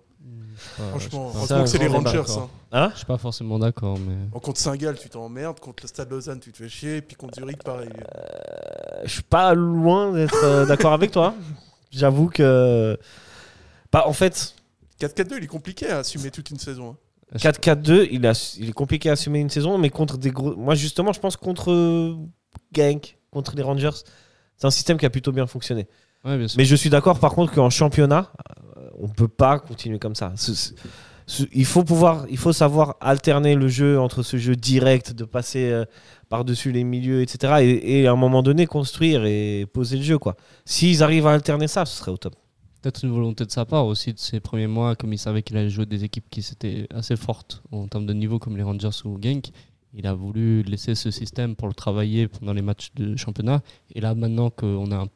F: Ouais,
G: Franchement,
F: je suis
E: ça,
G: heureusement que c'est
F: grand
G: les
F: débat,
G: Rangers.
F: quoi.
G: hein.
E: Hein
F: pas- je suis pas forcément d'accord, mais.
G: Bon, contre Saint-Gall, tu t'emmerdes. Contre le Stade Lausanne, tu te fais chier. Et puis contre Zurich, pareil.
E: Je suis pas loin d'être euh, d'accord avec toi. J'avoue que. Bah, en fait,
G: 4-4-2, il est compliqué à assumer toute une saison. hein.
E: 4-4-2, il, a- il est compliqué à assumer une saison, mais contre des gros. Moi, justement, je pense contre euh, Genk, contre les Rangers, c'est un système qui a plutôt bien fonctionné.
F: Ouais, bien sûr.
E: Mais je suis d'accord, par contre, qu'en championnat, euh, on peut pas continuer comme ça. Ce- ce- ce- il, faut pouvoir, il faut savoir alterner le jeu entre ce jeu direct, de passer euh, par-dessus les milieux, etc. Et, et à un moment donné, construire et poser le jeu. quoi. S'ils arrivent à alterner ça, ce serait au top.
F: Peut-être une volonté de sa part aussi de ses premiers mois, comme il savait qu'il allait jouer des équipes qui étaient assez fortes en termes de niveau, comme les Rangers ou Genk. Il a voulu laisser ce système pour le travailler pendant les matchs de championnat. Et là, maintenant qu'on a un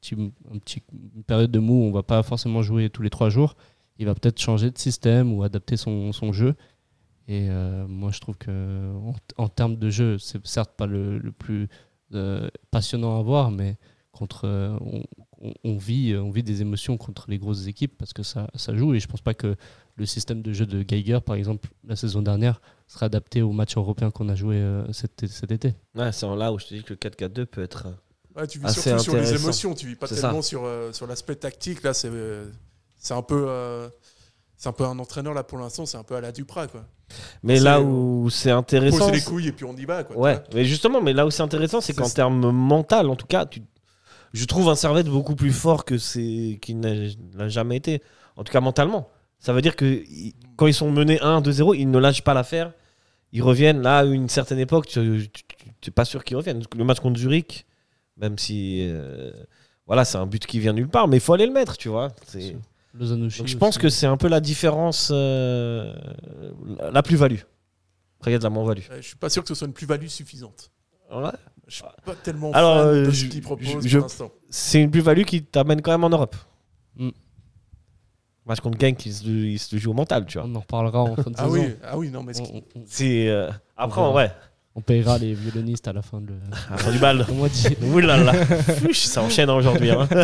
F: petit, un petit, une période de mou, on va pas forcément jouer tous les trois jours. Il va peut-être changer de système ou adapter son, son jeu. Et euh, moi, je trouve que en, en termes de jeu, c'est certes pas le, le plus euh, passionnant à voir, mais contre, euh, on- on, on vit, euh, on vit des émotions contre les grosses équipes parce que ça, ça joue. Et je pense pas que le système de jeu de Geiger, par exemple, la saison dernière, sera adapté aux matchs européens qu'on a joué euh, cet, cet été.
E: Ouais, c'est là où je te dis que le 4-4-2 peut être. euh,
G: Ouais, tu vis
E: Assez
G: surtout sur les
E: Ah, intéressant.
G: émotions. Tu vis pas
E: C'est
G: tellement sur, euh, sur l'aspect tactique. Là, c'est euh, c'est un peu. euh, c'est un peu un entraîneur là pour l'instant, c'est un peu à la Duprat quoi.
E: Mais
G: C'est-
E: là où c'est intéressant.
G: Poser les couilles et puis on y va quoi.
E: Ouais, mais justement, mais là où c'est intéressant, c'est
G: C'est
E: qu'en
G: ça.
E: termes mental, en tout cas, tu- je trouve un Servette beaucoup plus fort que c'est qu'il n'a n'a jamais été. En tout cas, mentalement. Ça veut dire que i- quand ils sont menés 1, 2-0, ils ne lâchent pas l'affaire. Ils reviennent. Là, à une certaine époque, tu n'es pas sûr qu'ils reviennent. Le match contre Zurich, même si. euh, voilà, c'est un but qui vient nulle part, mais il faut aller le mettre, tu vois. C'est-
F: sûr. Lozanoshi
E: Donc je
F: aussi.
E: pense que c'est un peu la différence, euh, la- la plus-value. Après, il y a de la moins-value.
G: Ouais, Euh, je suis pas sûr que ce soit une plus-value suffisante.
E: Voilà.
G: Je suis pas tellement
E: Alors,
G: fan
E: euh,
G: de
E: je-
G: ce qu'ils proposent
E: je-
G: pour
E: je-
G: l'instant.
E: c'est une plus-value qui t'amène quand même en Europe.
F: Mm.
E: Match contre Genk, il se, il se joue au mental, tu vois.
F: On en reparlera en fin de
G: Ah
F: saison.
G: oui, ah oui, non mais ce qui-
F: On, on- on-
E: C'est euh, après,
F: On verra.
E: ouais,
F: on payera les violonistes à la fin de le.
E: après du bal.
F: Comment on dit
E: Oulala, ça enchaîne aujourd'hui. hein.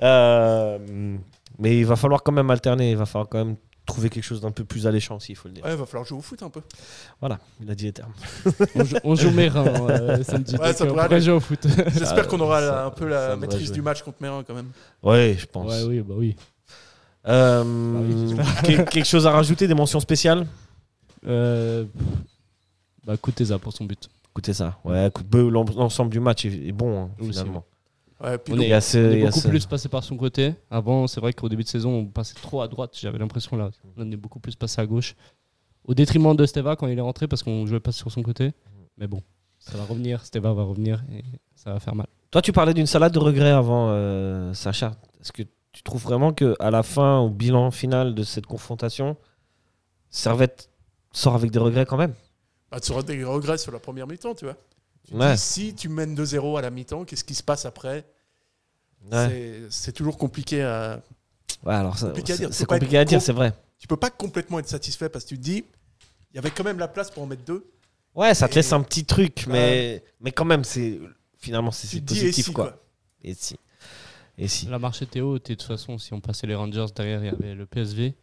E: Euh, mais il va falloir quand même alterner, il va falloir quand même trouver quelque chose d'un peu plus alléchant, s'il faut le dire.
G: Ouais, va falloir jouer au foot un peu.
E: Voilà, il a dit les termes.
F: on, joue- on joue Mérin euh, samedi.
G: Ouais,
F: donc,
G: ça
F: euh, on
G: pourrait
F: pourrait
G: aller.
F: jouer au foot.
G: J'espère qu'on aura
E: ça-
G: un peu la
E: ça devrait
G: maîtrise
E: jouer.
G: du match contre Mérin quand même.
E: Ouais, je pense.
F: ouais, oui, bah oui.
E: Euh,
F: oui,
E: que- quelque chose à rajouter, des mentions spéciales
F: Euh, bah, Kuteza pour son but.
E: Écoutez ça, ouais, écoute, peu- l'en- l'ensemble du match est est bon, hein,
F: Aussi.
E: finalement.
G: Ouais, puis
F: On
E: Il y a ce-
F: On
E: Euh, il
F: est
E: y a
F: beaucoup
E: ce-
F: plus passé par son côté. Avant, c'est vrai qu'au début de saison, on passait trop à droite. J'avais l'impression là, on est beaucoup plus passé à gauche. Au détriment de Steva quand il est rentré parce qu'on jouait pas sur son côté. Mais bon, ça va revenir. Steva va revenir et ça va faire mal.
E: Toi, tu parlais d'une salade de regrets avant, euh, Sacha. Est-ce que tu trouves vraiment que à la fin, au bilan final de cette confrontation, Servette sort avec des regrets quand même
G: bah, tu auras des regrets sur la première mi-temps, tu vois. Tu te
E: Ouais.
G: dis, si tu mènes 2-0 à la mi-temps, qu'est-ce qui se passe après
E: Ouais.
G: C'est- C'est toujours compliqué à.
E: Ouais, alors ça-
G: compliqué à dire,
E: c'est
G: faut
E: c'est
G: pas être
E: compliqué à dire,
G: pro.
E: c'est vrai.
G: Tu peux pas complètement être satisfait parce que tu te dis, il y avait quand même la place pour en mettre deux.
E: Ouais, ça te
G: Et-
E: laisse un petit truc, mais mais quand même, c'est finalement c'est
G: Tu
E: c'est
G: te dis, et
E: positif
G: si,
E: quoi.
G: quoi.
E: Et si, et si.
F: La marche était haute et de toute façon, si on passait les Rangers derrière, il y avait le PSV.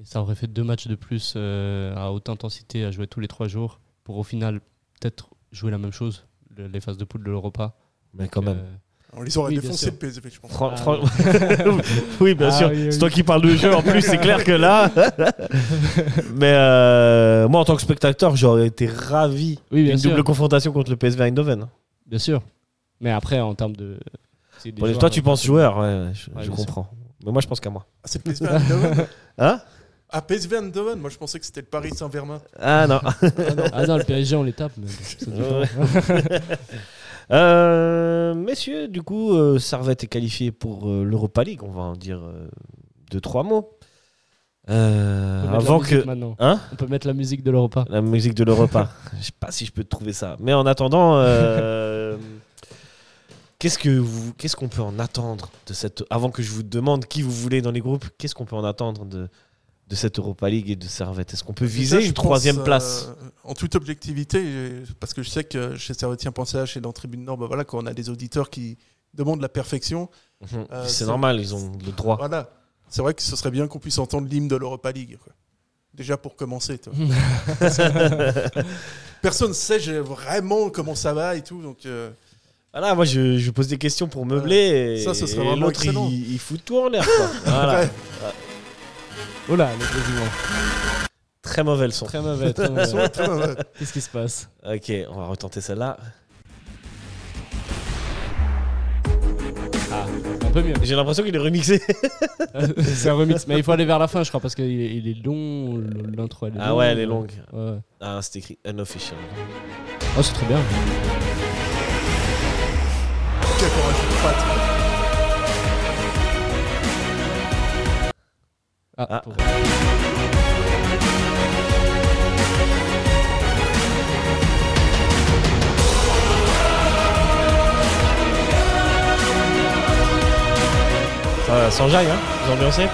F: Et ça aurait fait deux matchs de plus euh, à haute intensité, à jouer tous les trois jours, pour au final peut-être jouer la même chose, le- les phases de poule de l'Europa.
E: Mais quand même,
F: Euh,
G: On les aurait
F: Oui, bien
G: défoncés
F: sûr.
G: le PSV, je pense.
E: Fran-
F: Ah,
E: Fran- oui, bien
F: Ah,
E: sûr.
F: oui, oui,
E: C'est
F: oui.
E: toi qui parles de jeu en plus, c'est clair que là. Mais euh, moi, en tant que spectateur, j'aurais été ravi
F: Oui, bien
E: d'une
F: sûr.
E: double confrontation contre le PSV Eindhoven. hein.
F: Bien sûr. Mais après, en termes de. c'est des
E: Bon,
F: joueurs,
E: toi, tu
F: euh,
E: penses joueur, ouais, je,
F: Ouais,
E: je
F: bien
E: comprends. Mais moi, je pense qu'à moi.
G: Ah, c'est PSV Eindhoven
E: Hein
G: Ah, PSV Eindhoven Moi, je pensais que c'était le Paris Saint-Germain.
E: Ah non.
F: Ah non, le PSG, on les tape. mais c'est différent.
E: Euh, messieurs, du coup, euh, Servette est qualifié pour euh, l'Europa League. On va en dire euh, deux, trois mots. Euh,
F: On peut
E: avant
F: mettre la musique
E: que.
F: maintenant.
E: Hein
F: On peut mettre la musique de l'Europa.
E: La musique de l'Europa. Je sais pas si je peux te trouver ça. Mais en attendant, euh, qu'est-ce que vous, qu'est-ce qu'on peut en attendre de cette Avant que je vous demande qui vous voulez dans les groupes, qu'est-ce qu'on peut en attendre de de cette Europa League et de Servette Est-ce qu'on peut viser
G: Ça, je
E: une troisième
G: pense,
E: place
G: euh, en toute objectivité, j'ai- parce que je sais que chez Servetien Pensée chez dans Tribune Nord, bah voilà, quand on a des auditeurs qui demandent la perfection,
E: Mhm.
G: euh,
E: C'est
G: c'est-
E: normal, ils ont le droit.
G: voilà. C'est vrai que ce serait bien qu'on puisse entendre l'hymne de l'Europa League. quoi. Déjà pour commencer. toi. Personne ne sait j'ai vraiment comment ça va et tout. Donc, euh,
E: Voilà, moi je, je pose des questions pour meubler. et-
G: Ça, ce serait
E: et
G: vraiment
E: l'autre,
G: excellent.
E: il, il fout tout en l'air. quoi. Voilà.
G: Ouais.
F: Oh là, le quasiment.
E: Très mauvais le son.
F: Très mauvais, très mauvais. Qu'est-ce qui se passe
E: Ok, on va retenter celle-là.
F: Ah, Un peu mieux.
E: J'ai l'impression qu'il est remixé.
F: c'est un remix. Mais il faut aller vers la fin, je crois, parce qu'il est, il est long, l- l'intro. Elle est
E: Ah ouais, elle est longue.
F: Ouais.
E: Ah, c'est écrit unofficial.
F: Oh, c'est trop bien.
G: quel courage de patte.
F: Ah,
E: Ah.
F: pour-
E: Ça, sans jaille, hein Vous ambiancez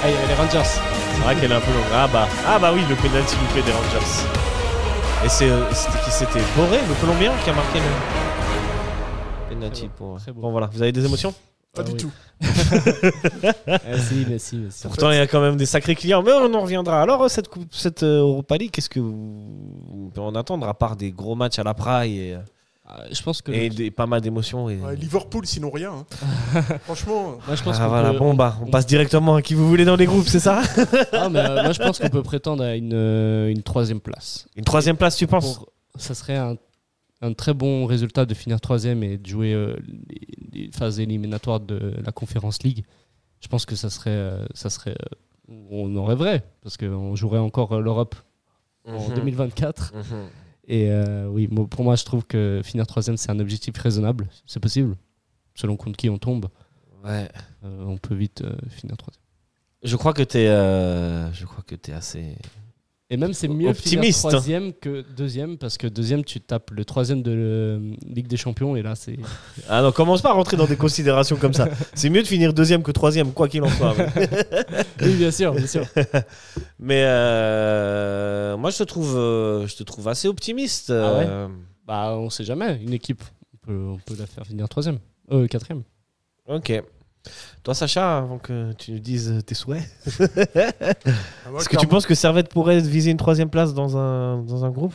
F: Ah, il y avait les Rangers.
E: C'est vrai qu'elle est un peu longue. Ah bah, ah bah oui, le penalty loupé des Rangers. Et c'est, euh, c'était qui c'était Boré, le Colombien, qui a marqué le penalty
F: Très beau,
E: pour.
F: très beau.
E: Bon voilà, vous avez des émotions.
F: Ah
G: Pas du
F: oui.
G: tout.
F: Ah, si, mais si, mais si.
E: Pourtant, il y a quand même des sacrés clients, mais on en reviendra. Alors euh, cette coupe, cette euh, Europa League, qu'est-ce que vous vous pouvez en attendre à part des gros matchs à la praille et, euh,
F: Ah, je pense que.
E: et des, pas mal d'émotions et.
G: Ouais, Liverpool, sinon rien. hein. Franchement, euh,
F: Moi, je pense
E: Ah
F: qu'on
E: voilà,
F: peut-
E: bon bah, on passe directement à qui vous voulez dans les groupes, c'est ça
F: Ah, mais, euh, moi, je pense qu'on peut prétendre à une, euh, une troisième place.
E: Une troisième place, tu penses
F: Pour- ça serait un, un très bon résultat de finir troisième et de jouer euh, les, les phases éliminatoires de la Conférence League. Je pense que ça serait, euh, ça serait, euh, on en rêverait parce qu'on jouerait encore euh, l'Europe en
E: Mhm.
F: 2024.
E: Mhm.
F: Et euh, oui, moi- pour moi, je trouve que finir troisième c'est un objectif raisonnable. C'est possible, selon contre qui on tombe,
E: Ouais.
F: euh, on peut vite euh, finir troisième.
E: Je crois que t'es, euh, je crois que t'es assez.
F: Et même c'est mieux
E: Optimiste.
F: finir troisième que deuxième parce que deuxième tu tapes le troisième de euh, Ligue des Champions et là c'est
E: Ah non, commence pas à rentrer dans des considérations comme ça. C'est mieux de finir deuxième que troisième, quoi qu'il en soit. Mais,
F: oui bien sûr bien sûr
E: mais, euh, moi, je te trouve, euh, je te trouve assez optimiste.
F: Ah
E: euh,
F: Bah, on sait jamais. Une équipe, on peut, on peut la faire finir troisième, euh, quatrième.
E: Ok. Toi, Sacha, avant que tu nous dises tes souhaits,
G: ah, moi,
E: est-ce que tu penses que Servette pourrait viser une troisième place dans un, dans un groupe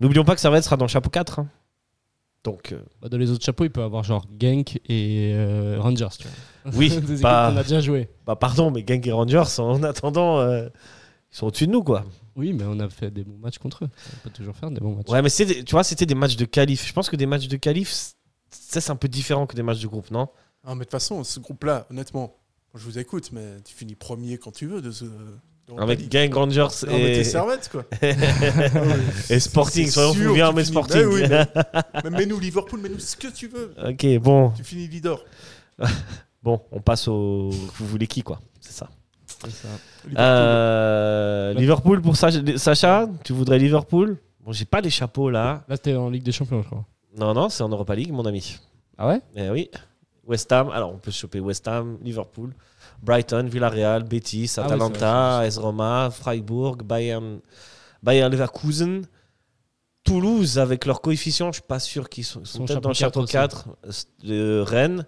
E: N'oublions pas que Servette sera dans le chapeau 4. hein. Donc, euh,
F: Bah, dans les autres chapeaux, il peut avoir genre Genk et euh, Rangers. Tu vois.
E: oui,
F: Des équipes
E: bah,
F: qu'on a déjà joué.
E: bah, pardon, mais Gang et Rangers, en attendant, euh, ils sont au-dessus de nous, quoi.
F: Oui, mais on a fait des bons matchs contre eux. On peut toujours faire des bons matchs.
E: Ouais, mais c'est des- tu vois, c'était des matchs de qualif. Je pense que des matchs de qualif, c- ça c'est un peu différent que des matchs de groupe, non
G: Ah, mais de toute façon, ce groupe-là, honnêtement, je vous écoute, mais tu finis premier quand tu veux de ce. de
E: Avec Gang Rangers
G: Non, mais
E: et,
G: t'es servette, quoi.
E: et Sporting.
G: Ah C'est
E: Soyons
G: sûr
E: fous, bien,
G: que
E: mais
G: tu
E: Sporting.
G: finis- Mais oui, mais- mais mets-nous Liverpool, mets-nous ce que tu veux.
E: ok, bon,
G: Tu finis leader.
E: bon, on passe au. Vous voulez qui, quoi C'est ça.
F: C'est ça.
E: Euh, Liverpool pour Sach- Sacha Tu voudrais Liverpool Bon, j'ai pas les chapeaux là.
F: Là, t'es en Ligue des Champions, je crois.
E: Non, non, c'est en Europa League, mon ami.
F: Ah ouais
E: Eh oui. West Ham, alors on peut se choper West Ham, Liverpool, Brighton, Villarreal, Betis,
F: Ah oui,
E: Atalanta, AS Roma, Freiburg, Bayern, Bayern Leverkusen, Toulouse avec leur coefficient, je suis pas sûr qu'ils sont, ils sont
F: Sont
E: peut-être dans le
F: chapitre
E: chapitre 4, euh, Rennes,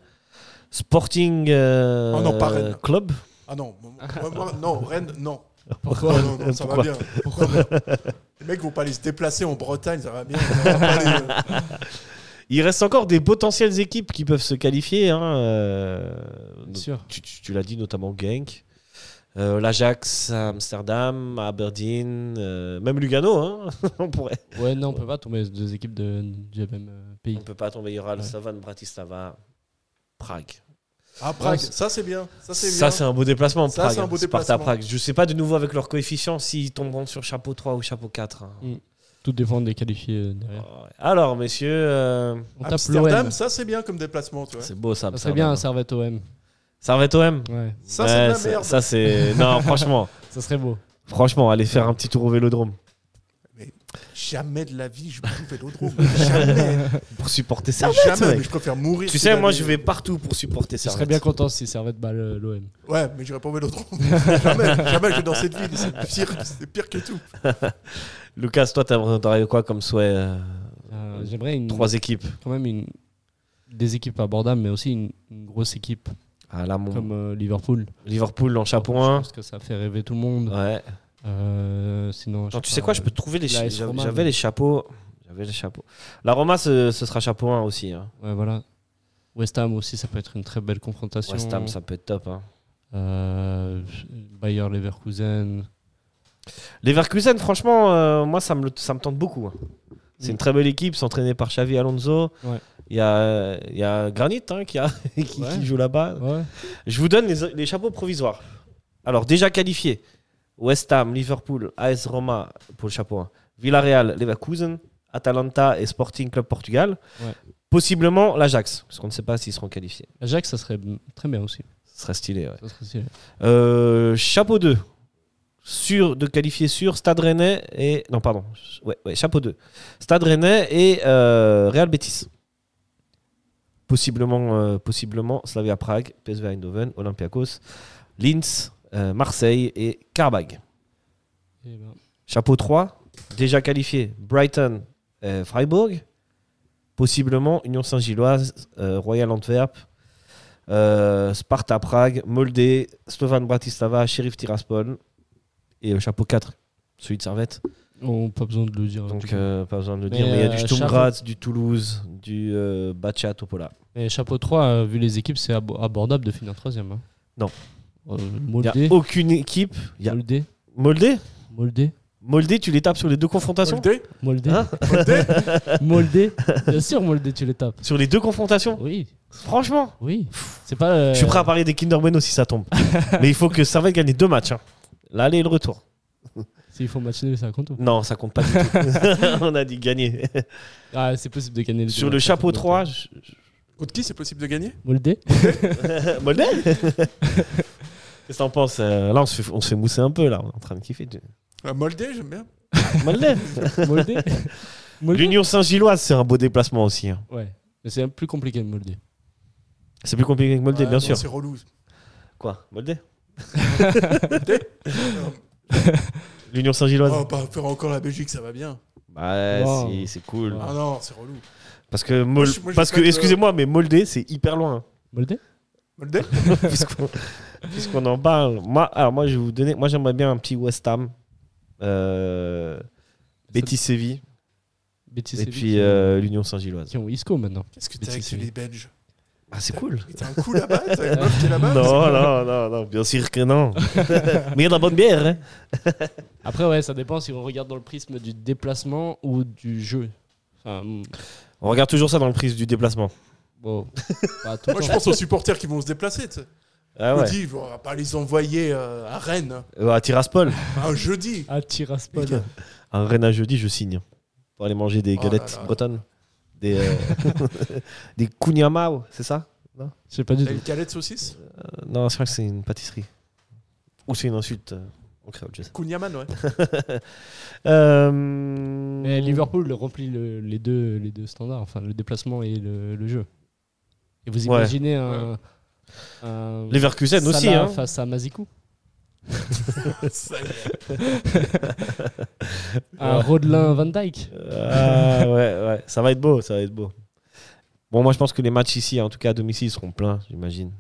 E: Sporting euh,
G: Oh non, pas Rennes.
E: Club.
G: Ah non, moi- moi- moi- non, Rennes, non.
E: Pourquoi
G: Non, non, non, ça
E: Pourquoi
G: va bien. Pourquoi Les mecs vont pas aller se déplacer en Bretagne, ça va bien. On va pas aller, euh,
E: Il reste encore des potentielles équipes qui peuvent se qualifier. hein, euh, donc,
F: sûr.
E: Tu, tu- tu l'as dit, notamment Genk, euh, l'Ajax, à Amsterdam, à Aberdeen, euh, même Lugano. hein, on pourrait.
F: Ouais, non, on peut pas tomber deux équipes de, du même euh,
E: On
F: pays.
E: ne peut pas tomber. Il y aura le
F: Ouais.
E: Savan, Bratislava, Prague.
G: à Prague.
F: c'est-
G: Ça, c'est bien. Ça, c'est bien.
E: Ça, c'est un beau déplacement,
G: Ça,
E: Prague.
G: c'est un beau
E: Sparta,
G: déplacement.
E: Prague. Je ne sais pas de nouveau avec leur coefficient s'ils tomberont sur chapeau 3 ou chapeau 4. hein. Oh,
F: Tout défendre des qualifiés euh, derrière.
E: Ouais. Alors, messieurs, euh,
F: On tape
G: Ah, Amsterdam,
F: l'OM.
G: ça, c'est bien comme déplacement. Tu vois.
E: c'est beau ça.
F: Ça serait bien un Servette OM.
E: Servette OM.
F: Ouais,
G: Ça, c'est de
E: Ouais,
G: la merde.
E: ça, c'est. Non, franchement.
F: ça serait beau.
E: Franchement, allez faire un petit tour au vélodrome.
G: Jamais de la vie, je vais trouver l'autre. Jamais.
E: Pour supporter ça.
G: Jamais.
E: mec.
G: Mais je préfère mourir.
E: Tu euh,
G: que
E: sais, moi
G: d'aller-
E: je vais partout pour supporter
F: Je
E: ça.
F: serais bien content si Servette bat le- l'OM.
G: Ouais, mais j'irai pas au l'autre. jamais. Jamais que dans cette ville. C'est pire, c'est pire que tout.
E: Lucas, toi, t'as- t'aurais quoi comme souhait euh,
F: Euh, J'aimerais une,
E: Trois équipes.
F: quand même une, des équipes abordables, mais aussi une, une grosse équipe
E: Ah, là, mon-
F: comme euh, Liverpool.
E: Liverpool en chapeau
F: Je
E: 1.
F: pense que ça fait rêver tout le monde.
E: Ouais.
F: Euh, sinon,
E: Attends, tu sais quoi, je peux trouver les.
F: la
E: cha-
F: AS Roma,
E: J'avais j'avais
F: mais-
E: les chapeaux. J'avais les chapeaux. La Roma, ce, ce sera chapeau 1 aussi. hein.
F: Ouais, voilà. West Ham aussi, ça peut être une très belle confrontation.
E: West Ham, ça peut être top. Hein.
F: Euh, Bayer Leverkusen.
E: Leverkusen, franchement, euh, moi, ça me, le- ça me tente beaucoup. hein. C'est
F: Mm.
E: une très belle équipe, c'est entraîné par Xavi Alonso.
F: Ouais.
E: Il y a, il y a Granit hein, qui, a- qui-
F: Ouais.
E: qui joue là-bas.
F: Ouais.
E: Je vous donne les, les chapeaux provisoires. Alors, déjà qualifiés West Ham, Liverpool, AS Roma pour le chapeau 1, Villarreal, Leverkusen, Atalanta et Sporting Club Portugal.
F: Ouais.
E: Possiblement l'Ajax, parce qu'on ne sait pas s'ils seront qualifiés.
F: Ajax, ça serait mm, très bien aussi.
E: Ce serait stylé. ouais.
F: Ça serait stylé.
E: Euh, chapeau 2, sûr de qualifier sur Stade Rennais et. Non, pardon. Ouais, ouais, chapeau 2. Stade Rennais et euh, Real Betis. Possiblement, euh, possiblement Slavia Prague, PSV Eindhoven, Olympiakos, Linz, euh, Marseille et Carbag.
F: Eh ben,
E: Chapeau 3, déjà qualifié Brighton, euh, Freiburg, possiblement Union Saint-Gilloise, euh, Royal Antwerp, euh, Sparta Prague, Moldé, Slovan Bratislava, Sheriff Tiraspol et euh, chapeau 4, celui de Servette.
F: on pas besoin de le dire.
E: Donc
F: Du-
E: euh, pas besoin de le
F: Mais,
E: dire, mais il y a du
F: euh,
E: Sturm Graz, du Toulouse, du euh, Baccia Topola.
F: Mais chapeau 3, euh, vu les équipes, c'est abo- abordable de finir troisième. hein.
E: Non.
F: Euh,
E: Il n'y
F: Moldé.
E: a aucune équipe. y a-
F: Moldé.
E: Moldé
F: Moldé.
E: Moldé, tu les tapes sur les deux confrontations
G: Moldé
F: Moldé.
E: Hein
F: Moldé. Bien sûr, Moldé, tu les tapes.
E: Sur les deux confrontations
F: Oui,
E: Franchement
F: oui. C'est pas. euh,
E: Je suis prêt à parler des Kinder Bueno si ça tombe. Mais il faut que Servette gagne les deux matchs. hein. L'aller et le retour.
F: S'il faut match nul, ça compte ou
E: Non, ça compte pas du tout. On a dit gagner.
F: Ah, c'est possible de gagner les
E: Sur
F: deux
E: le
F: matchs,
E: chapeau
F: ça peut
E: 3,
F: être.
E: je-
G: Contre qui c'est possible de gagner
F: Moldé.
E: je- Moldet Qu'est-ce que t'en penses euh, Là, on se, fait, on se fait mousser un peu. Là, on est en train de kiffer. tu-
G: Ah, Moldé, j'aime bien.
E: Moldet
F: Moldé. Moldé.
E: L'Union Saint-Gilloise, c'est un beau déplacement aussi. hein.
F: Ouais. Mais c'est plus compliqué de Moldé.
E: C'est plus compliqué que Moldet,
G: Ouais,
E: bien
G: non,
E: sûr.
G: C'est relou.
E: Quoi Moldet
G: Euh,
E: L'Union Saint-Gilloise
G: On va pas faire encore la Belgique, ça va bien.
E: Bah,
F: Wow.
E: si, c'est cool.
G: Ah non, c'est relou.
E: Parce que, Mol-
G: Moi, je- moi, je
E: parce
G: sais
E: que
G: que-
F: euh,
E: excusez-moi, mais Moldet, c'est hyper loin.
F: Moldé
G: Moldé
E: puisqu'on puisqu'on en parle. Moi, alors moi, je vais vous donner. Moi, j'aimerais bien un petit West Ham, euh, Betis Séville
F: Betis
E: et
F: Séville,
E: puis
F: qui-
E: euh, l'Union Saint-Gilloise.
F: Qui ont Isco maintenant.
G: Qu'est-ce que
F: Mais
G: t'as avec
F: c'est-
G: les Belges
E: Ah, c'est cool.
G: Et T'as un coup là-bas T'as une meuf qui est là-bas
E: Non, non, non, non, bien sûr que non. Mais il y a de la bonne bière. hein.
F: Après, ouais, ça dépend si on regarde dans le prisme du déplacement ou du jeu. Enfin, mm,
E: On regarde toujours ça dans le prise du déplacement.
F: bon, pas tout le
G: Moi, je
F: temps.
G: pense aux supporters qui vont se déplacer. tu sais.
E: Ah ouais.
G: Jeudi, on va pas les envoyer euh, à Rennes.
E: Euh, à Tiraspol,
G: Un jeudi.
F: Ah, Tiraspol.
G: Les gars.
E: à Rennes à jeudi, je signe. Pour aller manger des
G: Oh
E: galettes
G: là là.
E: bretonnes. Des, euh, des kunyamao, c'est ça
F: Je sais pas du
G: T'as
F: tout.
G: une calette saucisse
E: Euh, Non, c'est vrai que c'est une pâtisserie. Ou c'est une insulte euh, en créole, je sais.
G: Kunyaman, ouais.
E: Euh,
F: Mais Liverpool remplit le- les, deux, les deux standards, enfin le déplacement et le, le jeu. Et vous
E: Ouais.
F: imaginez un, un
E: Leverkusen
F: Salah
E: aussi. Hein.
F: face à Mazikou
G: Ça y est.
F: Un Rodelin Van Dyke
E: Euh, ouais, ouais. Ça va être beau, ça va être beau. Bon, moi, je pense que les matchs ici, en tout cas à domicile, seront pleins, j'imagine.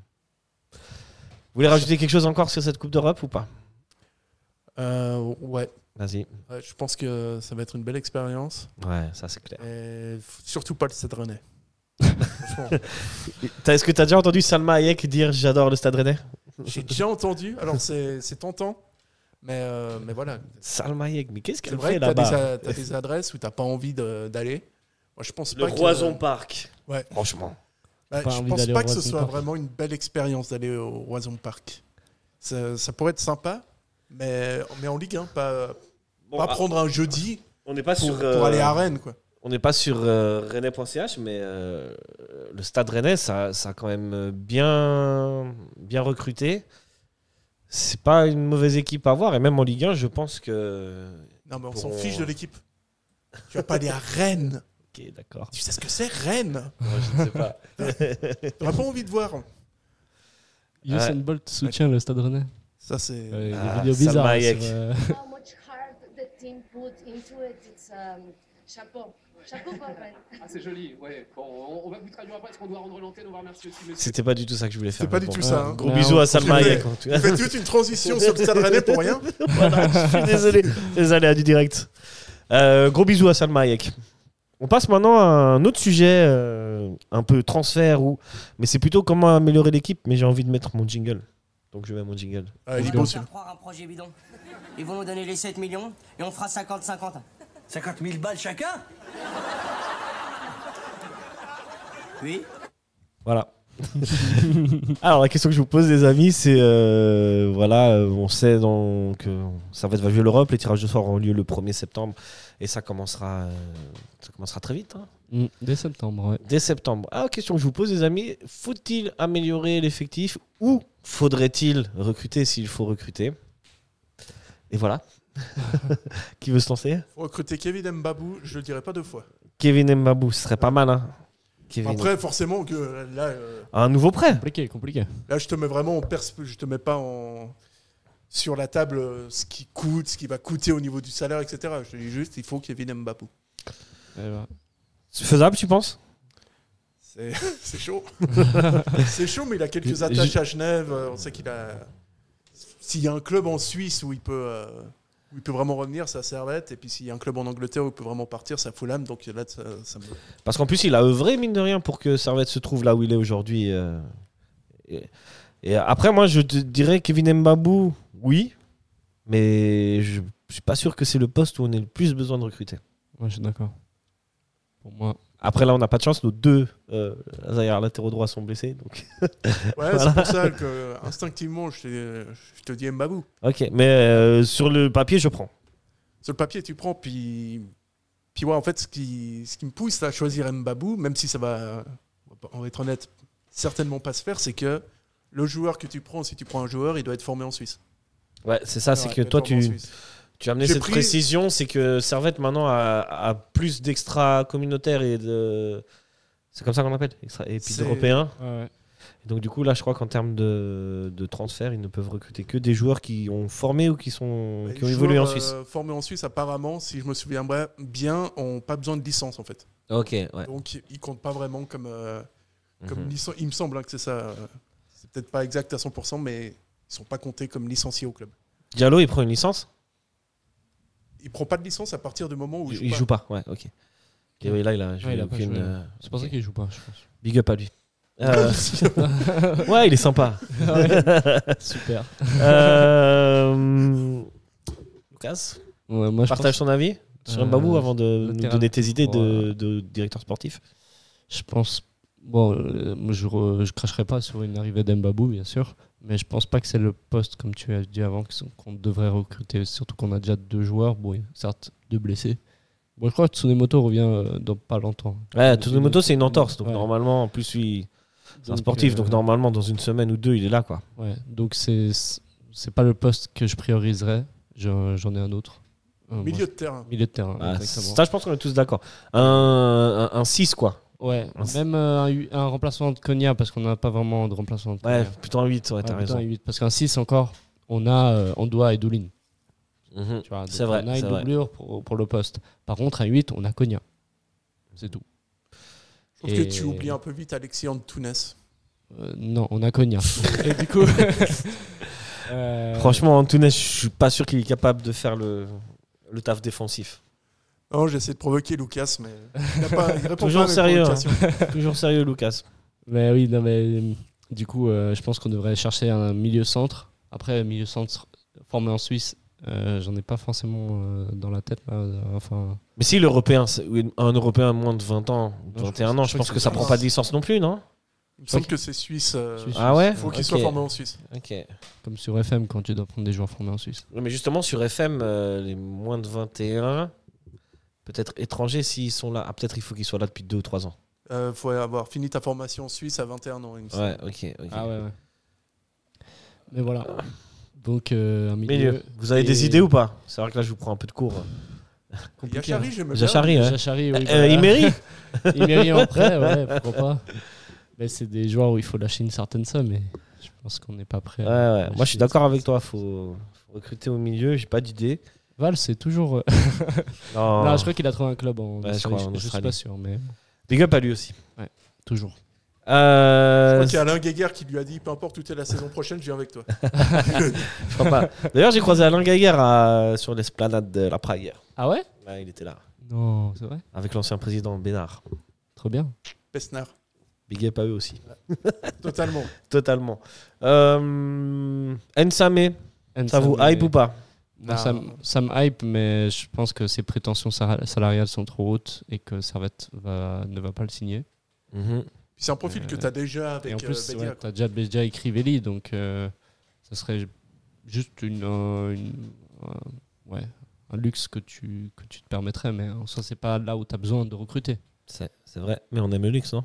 E: Vous voulez rajouter quelque chose encore sur cette Coupe d'Europe ou pas
G: Euh, ouais.
E: Vas-y.
G: Ouais, je pense que ça va être une belle expérience.
E: Ouais, ça c'est clair.
G: Et f- surtout pas le Stade Rennais. Franchement,
E: T'as- Est-ce que t'as déjà entendu Salma Hayek dire j'adore le Stade Rennais
G: j'ai déjà entendu. Alors c'est c'est tentant, mais euh, mais voilà.
E: Salma Hayek, mais qu'est-ce
G: C'est
E: qu'elle fait
G: vrai que t'as des,
E: là-bas
G: a- t'as des adresses où t'as pas envie de- d'aller. Moi, je pense
E: Le
G: pas que-
E: Roison Park.
G: Ouais.
E: Franchement.
G: Bah,
F: Pas
G: je
F: envie
G: pense
F: d'aller
G: pas
F: au
G: que ce
F: Roison
G: soit
F: Park.
G: vraiment une belle expérience d'aller au Roison Park. Ça, ça pourrait être sympa, mais, mais en Ligue 1, pas,
E: Bon,
G: pas
E: ah,
G: prendre un jeudi
E: on n'est pas
G: pour,
E: sur.
G: pour
E: euh,
G: aller à Rennes. Quoi.
E: On n'est pas sur euh, rennais.ch, mais euh, le stade rennais, ça, ça a quand même euh, bien, bien recruté. C'est pas une mauvaise équipe à avoir, et même en Ligue 1, je pense que.
G: Non, mais on
E: Pour-
G: s'en fiche de l'équipe. Tu vas pas aller à Rennes.
E: Ok, d'accord.
G: Tu sais ce que c'est, Rennes
E: Moi, je ne sais pas.
G: T'aurais pas envie de voir.
F: Usain Bolt soutient le Stade Rennais.
G: Ça, c'est.
F: Ouais, il y a
E: Ah,
F: des vidéos
E: Salma
F: bizarres.
E: Hayek.
F: sur, euh,
I: how much heart the team put into it. It's um, chapeau. Chapeau, Corbin.
J: Ah, c'est joli, ouais. Bon, on, on va vous traduire après parce qu'on doit rendre l'antenne. On va remercier aussi monsieur.
E: C'était pas du tout ça que je voulais faire.
G: C'était
E: mais
G: pas du
E: bon.
G: tout ça. hein.
E: Gros
F: Ouais,
E: bisous
F: on-
E: à Salma
G: Ouais.
E: Hayek. en tout cas.
G: Tu fais toute une transition sur le Stade Rennais pour rien.
E: Voilà, je suis désolé. Les aléas du direct. Euh, gros bisous à Salma Hayek. On passe maintenant à un autre sujet, euh, un peu transfert, ou... mais c'est plutôt comment améliorer l'équipe. Mais j'ai envie de mettre mon jingle. Donc je mets mon jingle.
G: Ah, il est
K: On
G: beau,
K: va
G: celui-là.
K: faire croire un projet bidon. Ils vont nous donner les 7 millions et on fera 50-50.
L: 50 000 balles chacun
K: Oui
E: Voilà. Alors la question que je vous pose les amis, c'est euh, voilà, euh, on sait donc euh, Servette va jouer l'Europe, les tirages de soir ont lieu le 1er septembre et ça commencera, euh, ça commencera très vite. hein.
F: mm, Dès septembre, ouais.
E: dès septembre. Ah, question que je vous pose, les amis. Faut-il améliorer l'effectif ou faudrait-il recruter s'il faut recruter Et voilà. Qui veut se lancer
G: Faut recruter Kevin Mbabou, je le dirai pas deux fois.
E: Kevin Mbabou, ce serait pas mal, hein Kevin.
G: Après, forcément, que là, euh,
E: Un nouveau prêt
F: Compliqué, compliqué.
G: là je te mets vraiment en perspe- je te mets pas en. Sur la table, euh, ce qui coûte, ce qui va coûter au niveau du salaire, etc. Je te dis juste, il faut Kevin Mbabou.
F: Eh ben,
E: C'est faisable, tu penses
G: C'est c'est chaud. c'est chaud, mais il a quelques
F: Je-
G: attaches à Genève. euh, On sait qu'il a. S'il y a un club en Suisse où il peut, euh, où il peut vraiment revenir, c'est à Servette. Et puis s'il y a un club en Angleterre où il peut vraiment partir, c'est à Fulham. Donc là, ça, ça me-
E: Parce qu'en plus, il a œuvré, mine de rien, pour que Servette se trouve là où il est aujourd'hui. euh. Et, et après, moi, je te dirais Kevin Mbabou, oui. Mais je suis pas sûr que c'est le poste où on ait le plus besoin de recruter.
F: ouais, je suis d'accord. Pour moi,
E: Après, là, on n'a pas de chance. Nos deux euh, arrières latéraux droits sont blessés. Donc...
G: Ouais, c'est pour ça que euh, instinctivement, je te, je te dis Mbabou.
E: ok, mais euh, sur le papier, je prends.
G: Sur le papier, tu prends. Puis, puis ouais, en fait, ce qui, ce qui me pousse à choisir Mbabou, même si ça va, on va être honnête, certainement pas se faire, c'est que le joueur que tu prends, si tu prends un joueur, il doit être formé en Suisse.
E: Ouais, c'est ça, c'est
G: Ouais,
E: que
G: il
E: toi,
G: doit être formé en
E: tu,
G: Suisse.
E: tu as amené
G: J'ai
E: cette
G: pris-
E: précision. C'est que Servette, maintenant, a, a plus d'extra communautaires et de. C'est comme ça qu'on l'appelle extra- Et puis
G: C'est-
E: européens.
F: ouais.
E: Donc, du coup, là, je crois qu'en termes de, de transfert, ils ne peuvent recruter que des joueurs qui ont formé ou qui, sont,
G: Les
E: qui ont évolué en
G: joueurs,
E: Suisse.
G: euh, formés en Suisse, apparemment, si je me souviens bra- bien, ont pas besoin de licence en fait.
E: Ok, ouais.
G: Donc ils comptent pas vraiment comme, euh, comme
E: Mhm.
G: licence. Il me semble hein, que c'est ça. euh, C'est peut-être pas exact à 100%, mais ils sont pas comptés comme licenciés au club.
E: Diallo, il prend une licence
G: Il prend pas de licence à partir du moment où il joue.
E: Il
G: pas.
E: joue pas, ouais, ok. Et oui, là, il a joué
F: il a pas
E: aucune,
F: joué.
E: euh,
F: c'est pour ça
E: ok.
F: qu'il joue pas, je pense.
E: Big up à lui. Euh, ouais, il est sympa.
F: Super.
E: Euh, Bah, Lucas,
F: Ouais, moi, je pense-
E: partage ton avis sur
F: Euh,
E: Mbabou avant de
F: le
E: nous
F: terrain.
E: donner tes idées de,
F: Ouais.
E: de directeur sportif.
F: Je pense. Bon, euh, moi, je, re- je cracherai pas sur une arrivée d'Embabou, bien sûr. Mais je pense pas que c'est le poste, comme tu as dit avant, que son- qu'on devrait recruter. Surtout qu'on a déjà deux joueurs. Bon, il y a certes, deux blessés. Bon, je crois que Tsunemoto revient euh, dans pas longtemps.
E: Ouais, Tsunemoto, c'est une entorse. Donc,
F: Ouais.
E: normalement, en plus, lui, c'est un
F: Donc,
E: sportif.
F: euh,
E: donc, normalement, dans une semaine ou deux, il est là. quoi.
F: Ouais, donc c'est c'est pas le poste que je prioriserais. Je- J'en ai un autre. Euh,
G: Milieu
F: moi,
G: de terrain.
F: je- milieu de terrain.
E: Ah,
F: exactement.
E: ça, je pense qu'on est tous d'accord. Un, un, 6, quoi.
F: Ouais,
E: Un-
F: même euh, un, U- un remplacement de Konya parce qu'on n'a pas vraiment de remplacement de
E: Ouais,
F: Konya.
E: plutôt un 8, ouais, t'as
F: Ouais, plutôt
E: raison.
F: un huit, parce qu'un 6 encore, on a euh, Ondoa et Doulin.
E: Mhm.
F: tu vois. Donc
E: C'est vrai,
F: On a
E: c'est
F: une
E: vrai.
F: doublure pour, pour le poste. Par contre, à 8, on a Konya. C'est tout.
G: Je trouve
F: Et-
G: que tu oublies un peu vite Alexis Antunes.
F: Euh, non, on a Konya. Euh,
E: Franchement, Antunes, je suis pas sûr qu'il est capable de faire le, le taf défensif.
G: Non, j'essaie de provoquer Lucas, mais il, a pas, il répond
E: Toujours
G: pas à mes
E: sérieux, hein.
G: provocations.
E: Toujours sérieux, Lucas.
F: Mais oui, non, mais euh, du coup, euh, je pense qu'on devrait chercher un milieu centre. Après, milieu centre formé en Suisse, euh, j'en ai pas forcément euh, dans la tête. là, enfin,
E: Mais si l'Européen, c'est- oui, un Européen de moins de 20 ans, ou de
F: Non, je
E: 21 ans, je pense que ça
G: c'est
E: prend
G: ça.
E: pas de licence non plus, non
G: Il me semble que c'est Suisse. euh,
F: Suisse,
E: Ah ouais
G: Il faut qu'il
E: Ok.
G: soit formé en Suisse.
E: Ok.
F: comme sur FM quand tu dois prendre des joueurs formés en Suisse.
E: Ouais, Mais justement, sur FM, euh, les moins de 21, peut-être étrangers, s'ils sont là, ah, peut-être il faut qu'ils soient là depuis 2 ou 3 ans.
G: Il Euh, faut avoir fini ta formation en Suisse à 21 ans. il me semble.
E: Ouais, ok. ok.
F: Ah ouais, ouais. Mais voilà. Donc, euh, un milieu.
E: Milieu. Vous avez des
F: Et-
E: idées ou pas C'est vrai que là, je vous prends un peu de cours.
F: Compliqué,
G: Yachary,
F: hein.
G: j'aime bien.
E: Jachari, hein
F: Jachari, oui,
E: Euh,
F: voilà.
E: Imeri
F: Imeri en prêt, ouais, pourquoi pas. Mais c'est des joueurs où il faut lâcher une certaine somme et je pense qu'on n'est pas prêt.
E: Ouais,
F: à
E: ouais.
F: lâcher
E: Moi, je suis
F: une
E: d'accord
F: certaine
E: avec toi.
F: somme.
E: Faut faut recruter au milieu. J'ai pas d'idée.
F: Val, c'est toujours. euh,
E: Non.
F: Non, je crois qu'il a trouvé un club en
E: Oh. Ouais, je
F: Australie.
E: crois en
F: je, je suis
E: Australie.
F: pas sûr, mais
E: Big up à lui aussi.
F: toujours.
G: Je
E: Euh,
G: crois qu'il y a Alain Guéguer qui lui a dit peu importe où t'es la saison prochaine, je viens avec toi.
E: je crois pas. D'ailleurs, j'ai croisé Alain Gaillard à- sur l'esplanade de la Prague. hier.
F: Ah ouais
E: Ouais, il était là.
F: Non, c'est vrai.
E: Avec l'ancien président Bénard.
F: Trop bien.
G: Pesnard,
E: Big up à eux aussi.
G: totalement.
E: Totalement. Euh, Nsame, ça vous
F: Nsame,
E: hype ou pas
F: Non, ça, m- ça me hype, mais je pense que ses prétentions sara- salariales sont trop hautes et que Servette va, ne va pas le signer.
E: Mhm.
G: Puis C'est un profil que tu as déjà avec
F: et en plus,
G: euh,
F: tu
G: Bedia, quoi.
F: as déjà, déjà écrit Veli, donc euh, ça serait juste une, euh, une, euh, ouais, un luxe que tu, que tu te permettrais, mais en soi, c'est pas là où tu as besoin de recruter.
E: C'est c'est vrai. Mais on aime le luxe, non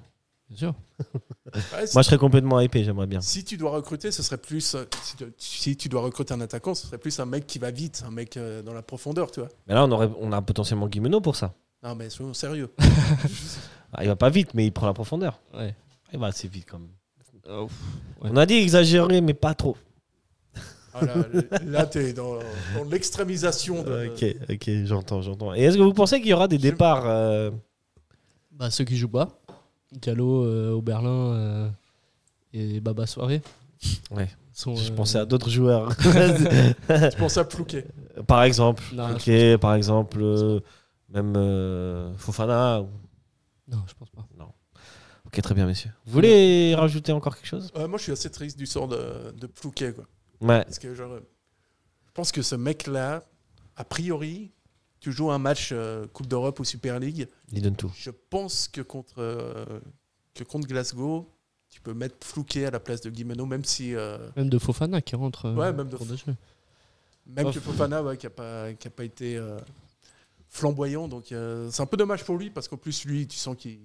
F: Bien sûr.
G: Ouais, si-
E: Moi, je serais complètement hypé. J'aimerais bien.
G: Si tu dois recruter, ce serait plus. euh, Si tu, si tu dois recruter un attaquant, ce serait plus un mec qui va vite, un mec euh, dans la profondeur, tu vois.
E: Mais là, on, aurait, on a potentiellement Guimeno pour ça.
G: Non, mais soyons sérieux.
E: Ah, il va pas vite, mais il prend la profondeur.
F: Ouais.
E: Il va assez vite quand même.
F: Oh,
E: On a dit exagéré, mais pas trop.
G: Ah, là, là, t'es dans, dans l'extrémisation. De...
E: Ok, ok, j'entends, j'entends. Et est-ce que vous pensez qu'il y aura des départs euh,
F: Bah, ceux qui jouent pas, Diallo, euh, Oberlin euh, et Baba Soirée.
E: Ouais.
F: Sont,
E: Je
F: euh,
E: pensais à d'autres joueurs.
G: Tu penses à Plouquet.
E: par exemple,
F: Non,
E: ok, par exemple, euh, même euh, Fofana. ou-
F: Non, je pense pas.
E: Ok, très bien, messieurs. Vous voulez rajouter encore quelque chose
G: Euh, moi, je suis assez triste du sort de, de Plouquet, quoi.
E: Ouais.
G: Parce que, genre, euh, je pense que ce mec-là, a priori, tu joues un match euh, Coupe d'Europe ou Super League.
E: Il donne tout.
G: Je pense que contre, euh, que contre Glasgow, tu peux mettre Plouquet à la place de Guimeno, même si. euh,
F: Même de Fofana qui rentre. euh,
G: Ouais, même de
F: pour
G: Fo-
F: des jeux.
G: Même
F: Oh.
G: que Fofana, ouais, qui n'a pas, qui a pas été euh, flamboyant. Donc, euh, c'est un peu dommage pour lui, parce qu'en plus, lui, tu sens qu'il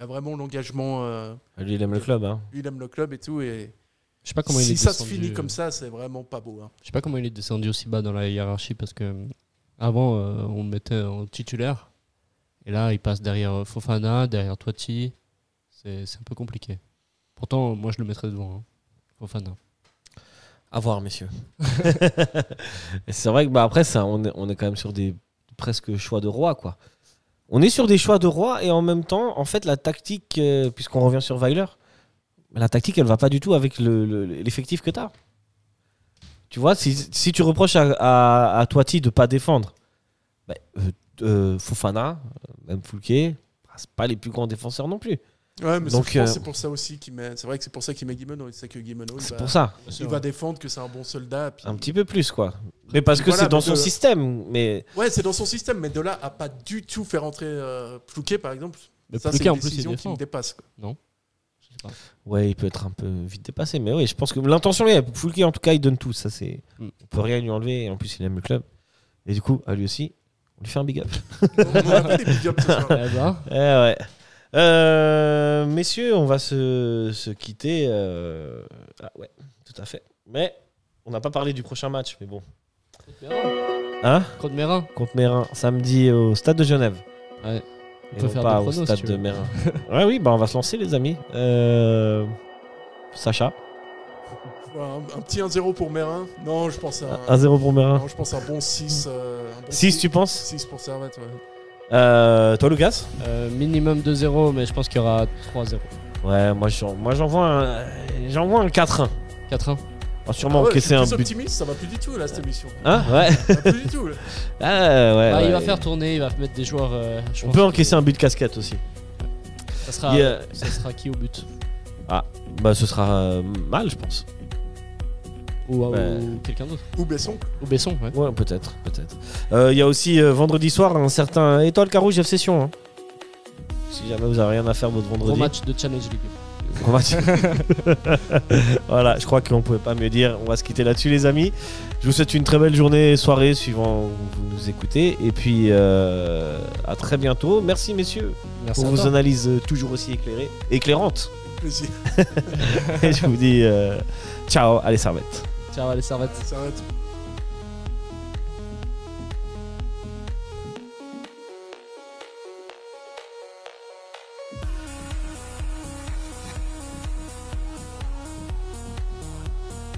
G: a vraiment l'engagement. euh,
E: Lui, il aime le club. Hein.
G: lui, il aime le club et tout. Et
F: Je sais pas Ah, comment il
G: si
F: est
G: ça se
F: descendu,
G: finit
F: euh,
G: comme ça, c'est vraiment pas beau. hein.
F: Je sais pas comment il est descendu aussi bas dans la hiérarchie parce que euh, avant euh, on le mettait en titulaire et là il passe derrière euh, Fofana, derrière Toiti. C'est c'est un peu compliqué. Pourtant, moi je le mettrais devant hein, Fofana.
E: À voir, messieurs. Et c'est vrai que bah, après, ça, on, est, on est quand même sur des presque choix de roi, quoi. On est sur des choix de roi et en même temps, en fait, la tactique, euh, puisqu'on revient sur Weiler, la tactique, elle va pas du tout avec le- le- l'effectif que tu as. Tu vois, si, si tu reproches à, à, à Toiti de pas défendre, bah, euh, euh, Fofana, euh, même Foulquet, bah, c'est pas les plus grands défenseurs non plus.
G: Ouais, mais
E: Donc,
G: je pense
E: euh,
G: que c'est pour ça aussi qu'il met. C'est vrai que c'est pour ça qu'il met Guimeno. C'est que Guimeno, il,
E: C'est
G: va,
E: pour ça,
G: il va défendre que c'est un bon soldat. puis-
E: un petit peu plus, quoi. Mais parce que
G: Voilà,
E: c'est dans
G: donc,
E: son
G: euh,
E: système, mais
G: Ouais, c'est dans son système, mais de là à pas du tout faire entrer euh, Plouquet, par exemple.
F: Mais
G: ça,
F: Plouquet,
G: c'est une
F: en plus, il
G: décision qui
F: défend.
G: me dépasse. quoi.
F: Je sais pas.
E: Ouais, il peut être un peu vite dépassé, mais oui, je pense que l'intention est là. Fulke, en tout cas, il donne tout. Ça, c'est.
F: Mm.
E: On peut rien lui enlever. Et en plus, il aime le club. Et du coup, à lui aussi, on lui fait un big up.
G: On a fait des big ups ce soir.
F: Eh ben,
E: Eh ouais. Euh, messieurs, on va se, se quitter. euh, Ah ouais, tout à fait. Mais on n'a pas parlé du prochain match, mais bon. Hein
F: Claude Mérin.
E: Contre Mérin, samedi au stade de Genève.
F: Ouais. On
E: Et
F: peut
E: non
F: faire
E: pas
F: des
E: au
F: pronos, si
E: stade
F: tu
E: de
F: veux.
E: Mérin. ouais, oui, bah on va se lancer, les amis. Euh, Sacha,
G: Ouais, Un, un petit 1-0 pour Mérin. Non, je pense à un,
E: 1-0 pour Mérin.
G: non, je pense à un bon 6. euh, un bon
E: 6, Hein tu penses
G: 6 pour Servette, ouais.
E: Euh, toi, Lucas
F: Euh, minimum 2-0, mais je pense qu'il y aura 3-0.
E: Ouais, moi j'en- moi, j'envoie un, j'envoie un 4-1.
F: 4-1.
E: a sûrement
G: Ah ouais,
E: encaissé
G: je
E: un
G: suis plus
E: but.
G: optimiste, ça va plus du tout là cette émission.
E: Hein Ouais.
G: Ça va plus du tout. là.
E: Ah ouais,
F: Bah,
E: ouais.
F: Il va faire tourner, il va mettre des joueurs. euh, je
E: On
F: pense
E: peut
F: que
E: encaisser un but de casquette aussi.
F: Ça sera,
E: Il y a-
F: ça sera qui au but
E: Ah, bah ce sera euh, mal, je pense.
F: Ou, ou
E: Ouais.
F: quelqu'un d'autre
G: Ou Besson.
F: Ou Besson, ouais.
E: Ouais, peut-être, peut-être. Euh, Il y a aussi euh, vendredi soir un certain Étoile Carouge FC Sion. hein. Si jamais vous avez rien à faire votre
F: Gros
E: vendredi.
F: match de Challenge League.
E: Gros match. voilà, je crois qu'on pouvait pas mieux dire. On va se quitter là-dessus, les amis. Je vous souhaite une très belle journée, soirée, suivant où vous nous écoutez. Et puis, euh, à très bientôt. Merci, messieurs,
F: Merci
E: pour
F: à
E: vos
F: toi.
E: analyses euh, toujours aussi éclairées, éclairantes.
G: Plaisir.
E: Et je vous dis euh, ciao, allez, servette.
F: Ciao, allez, servette.
G: Servette.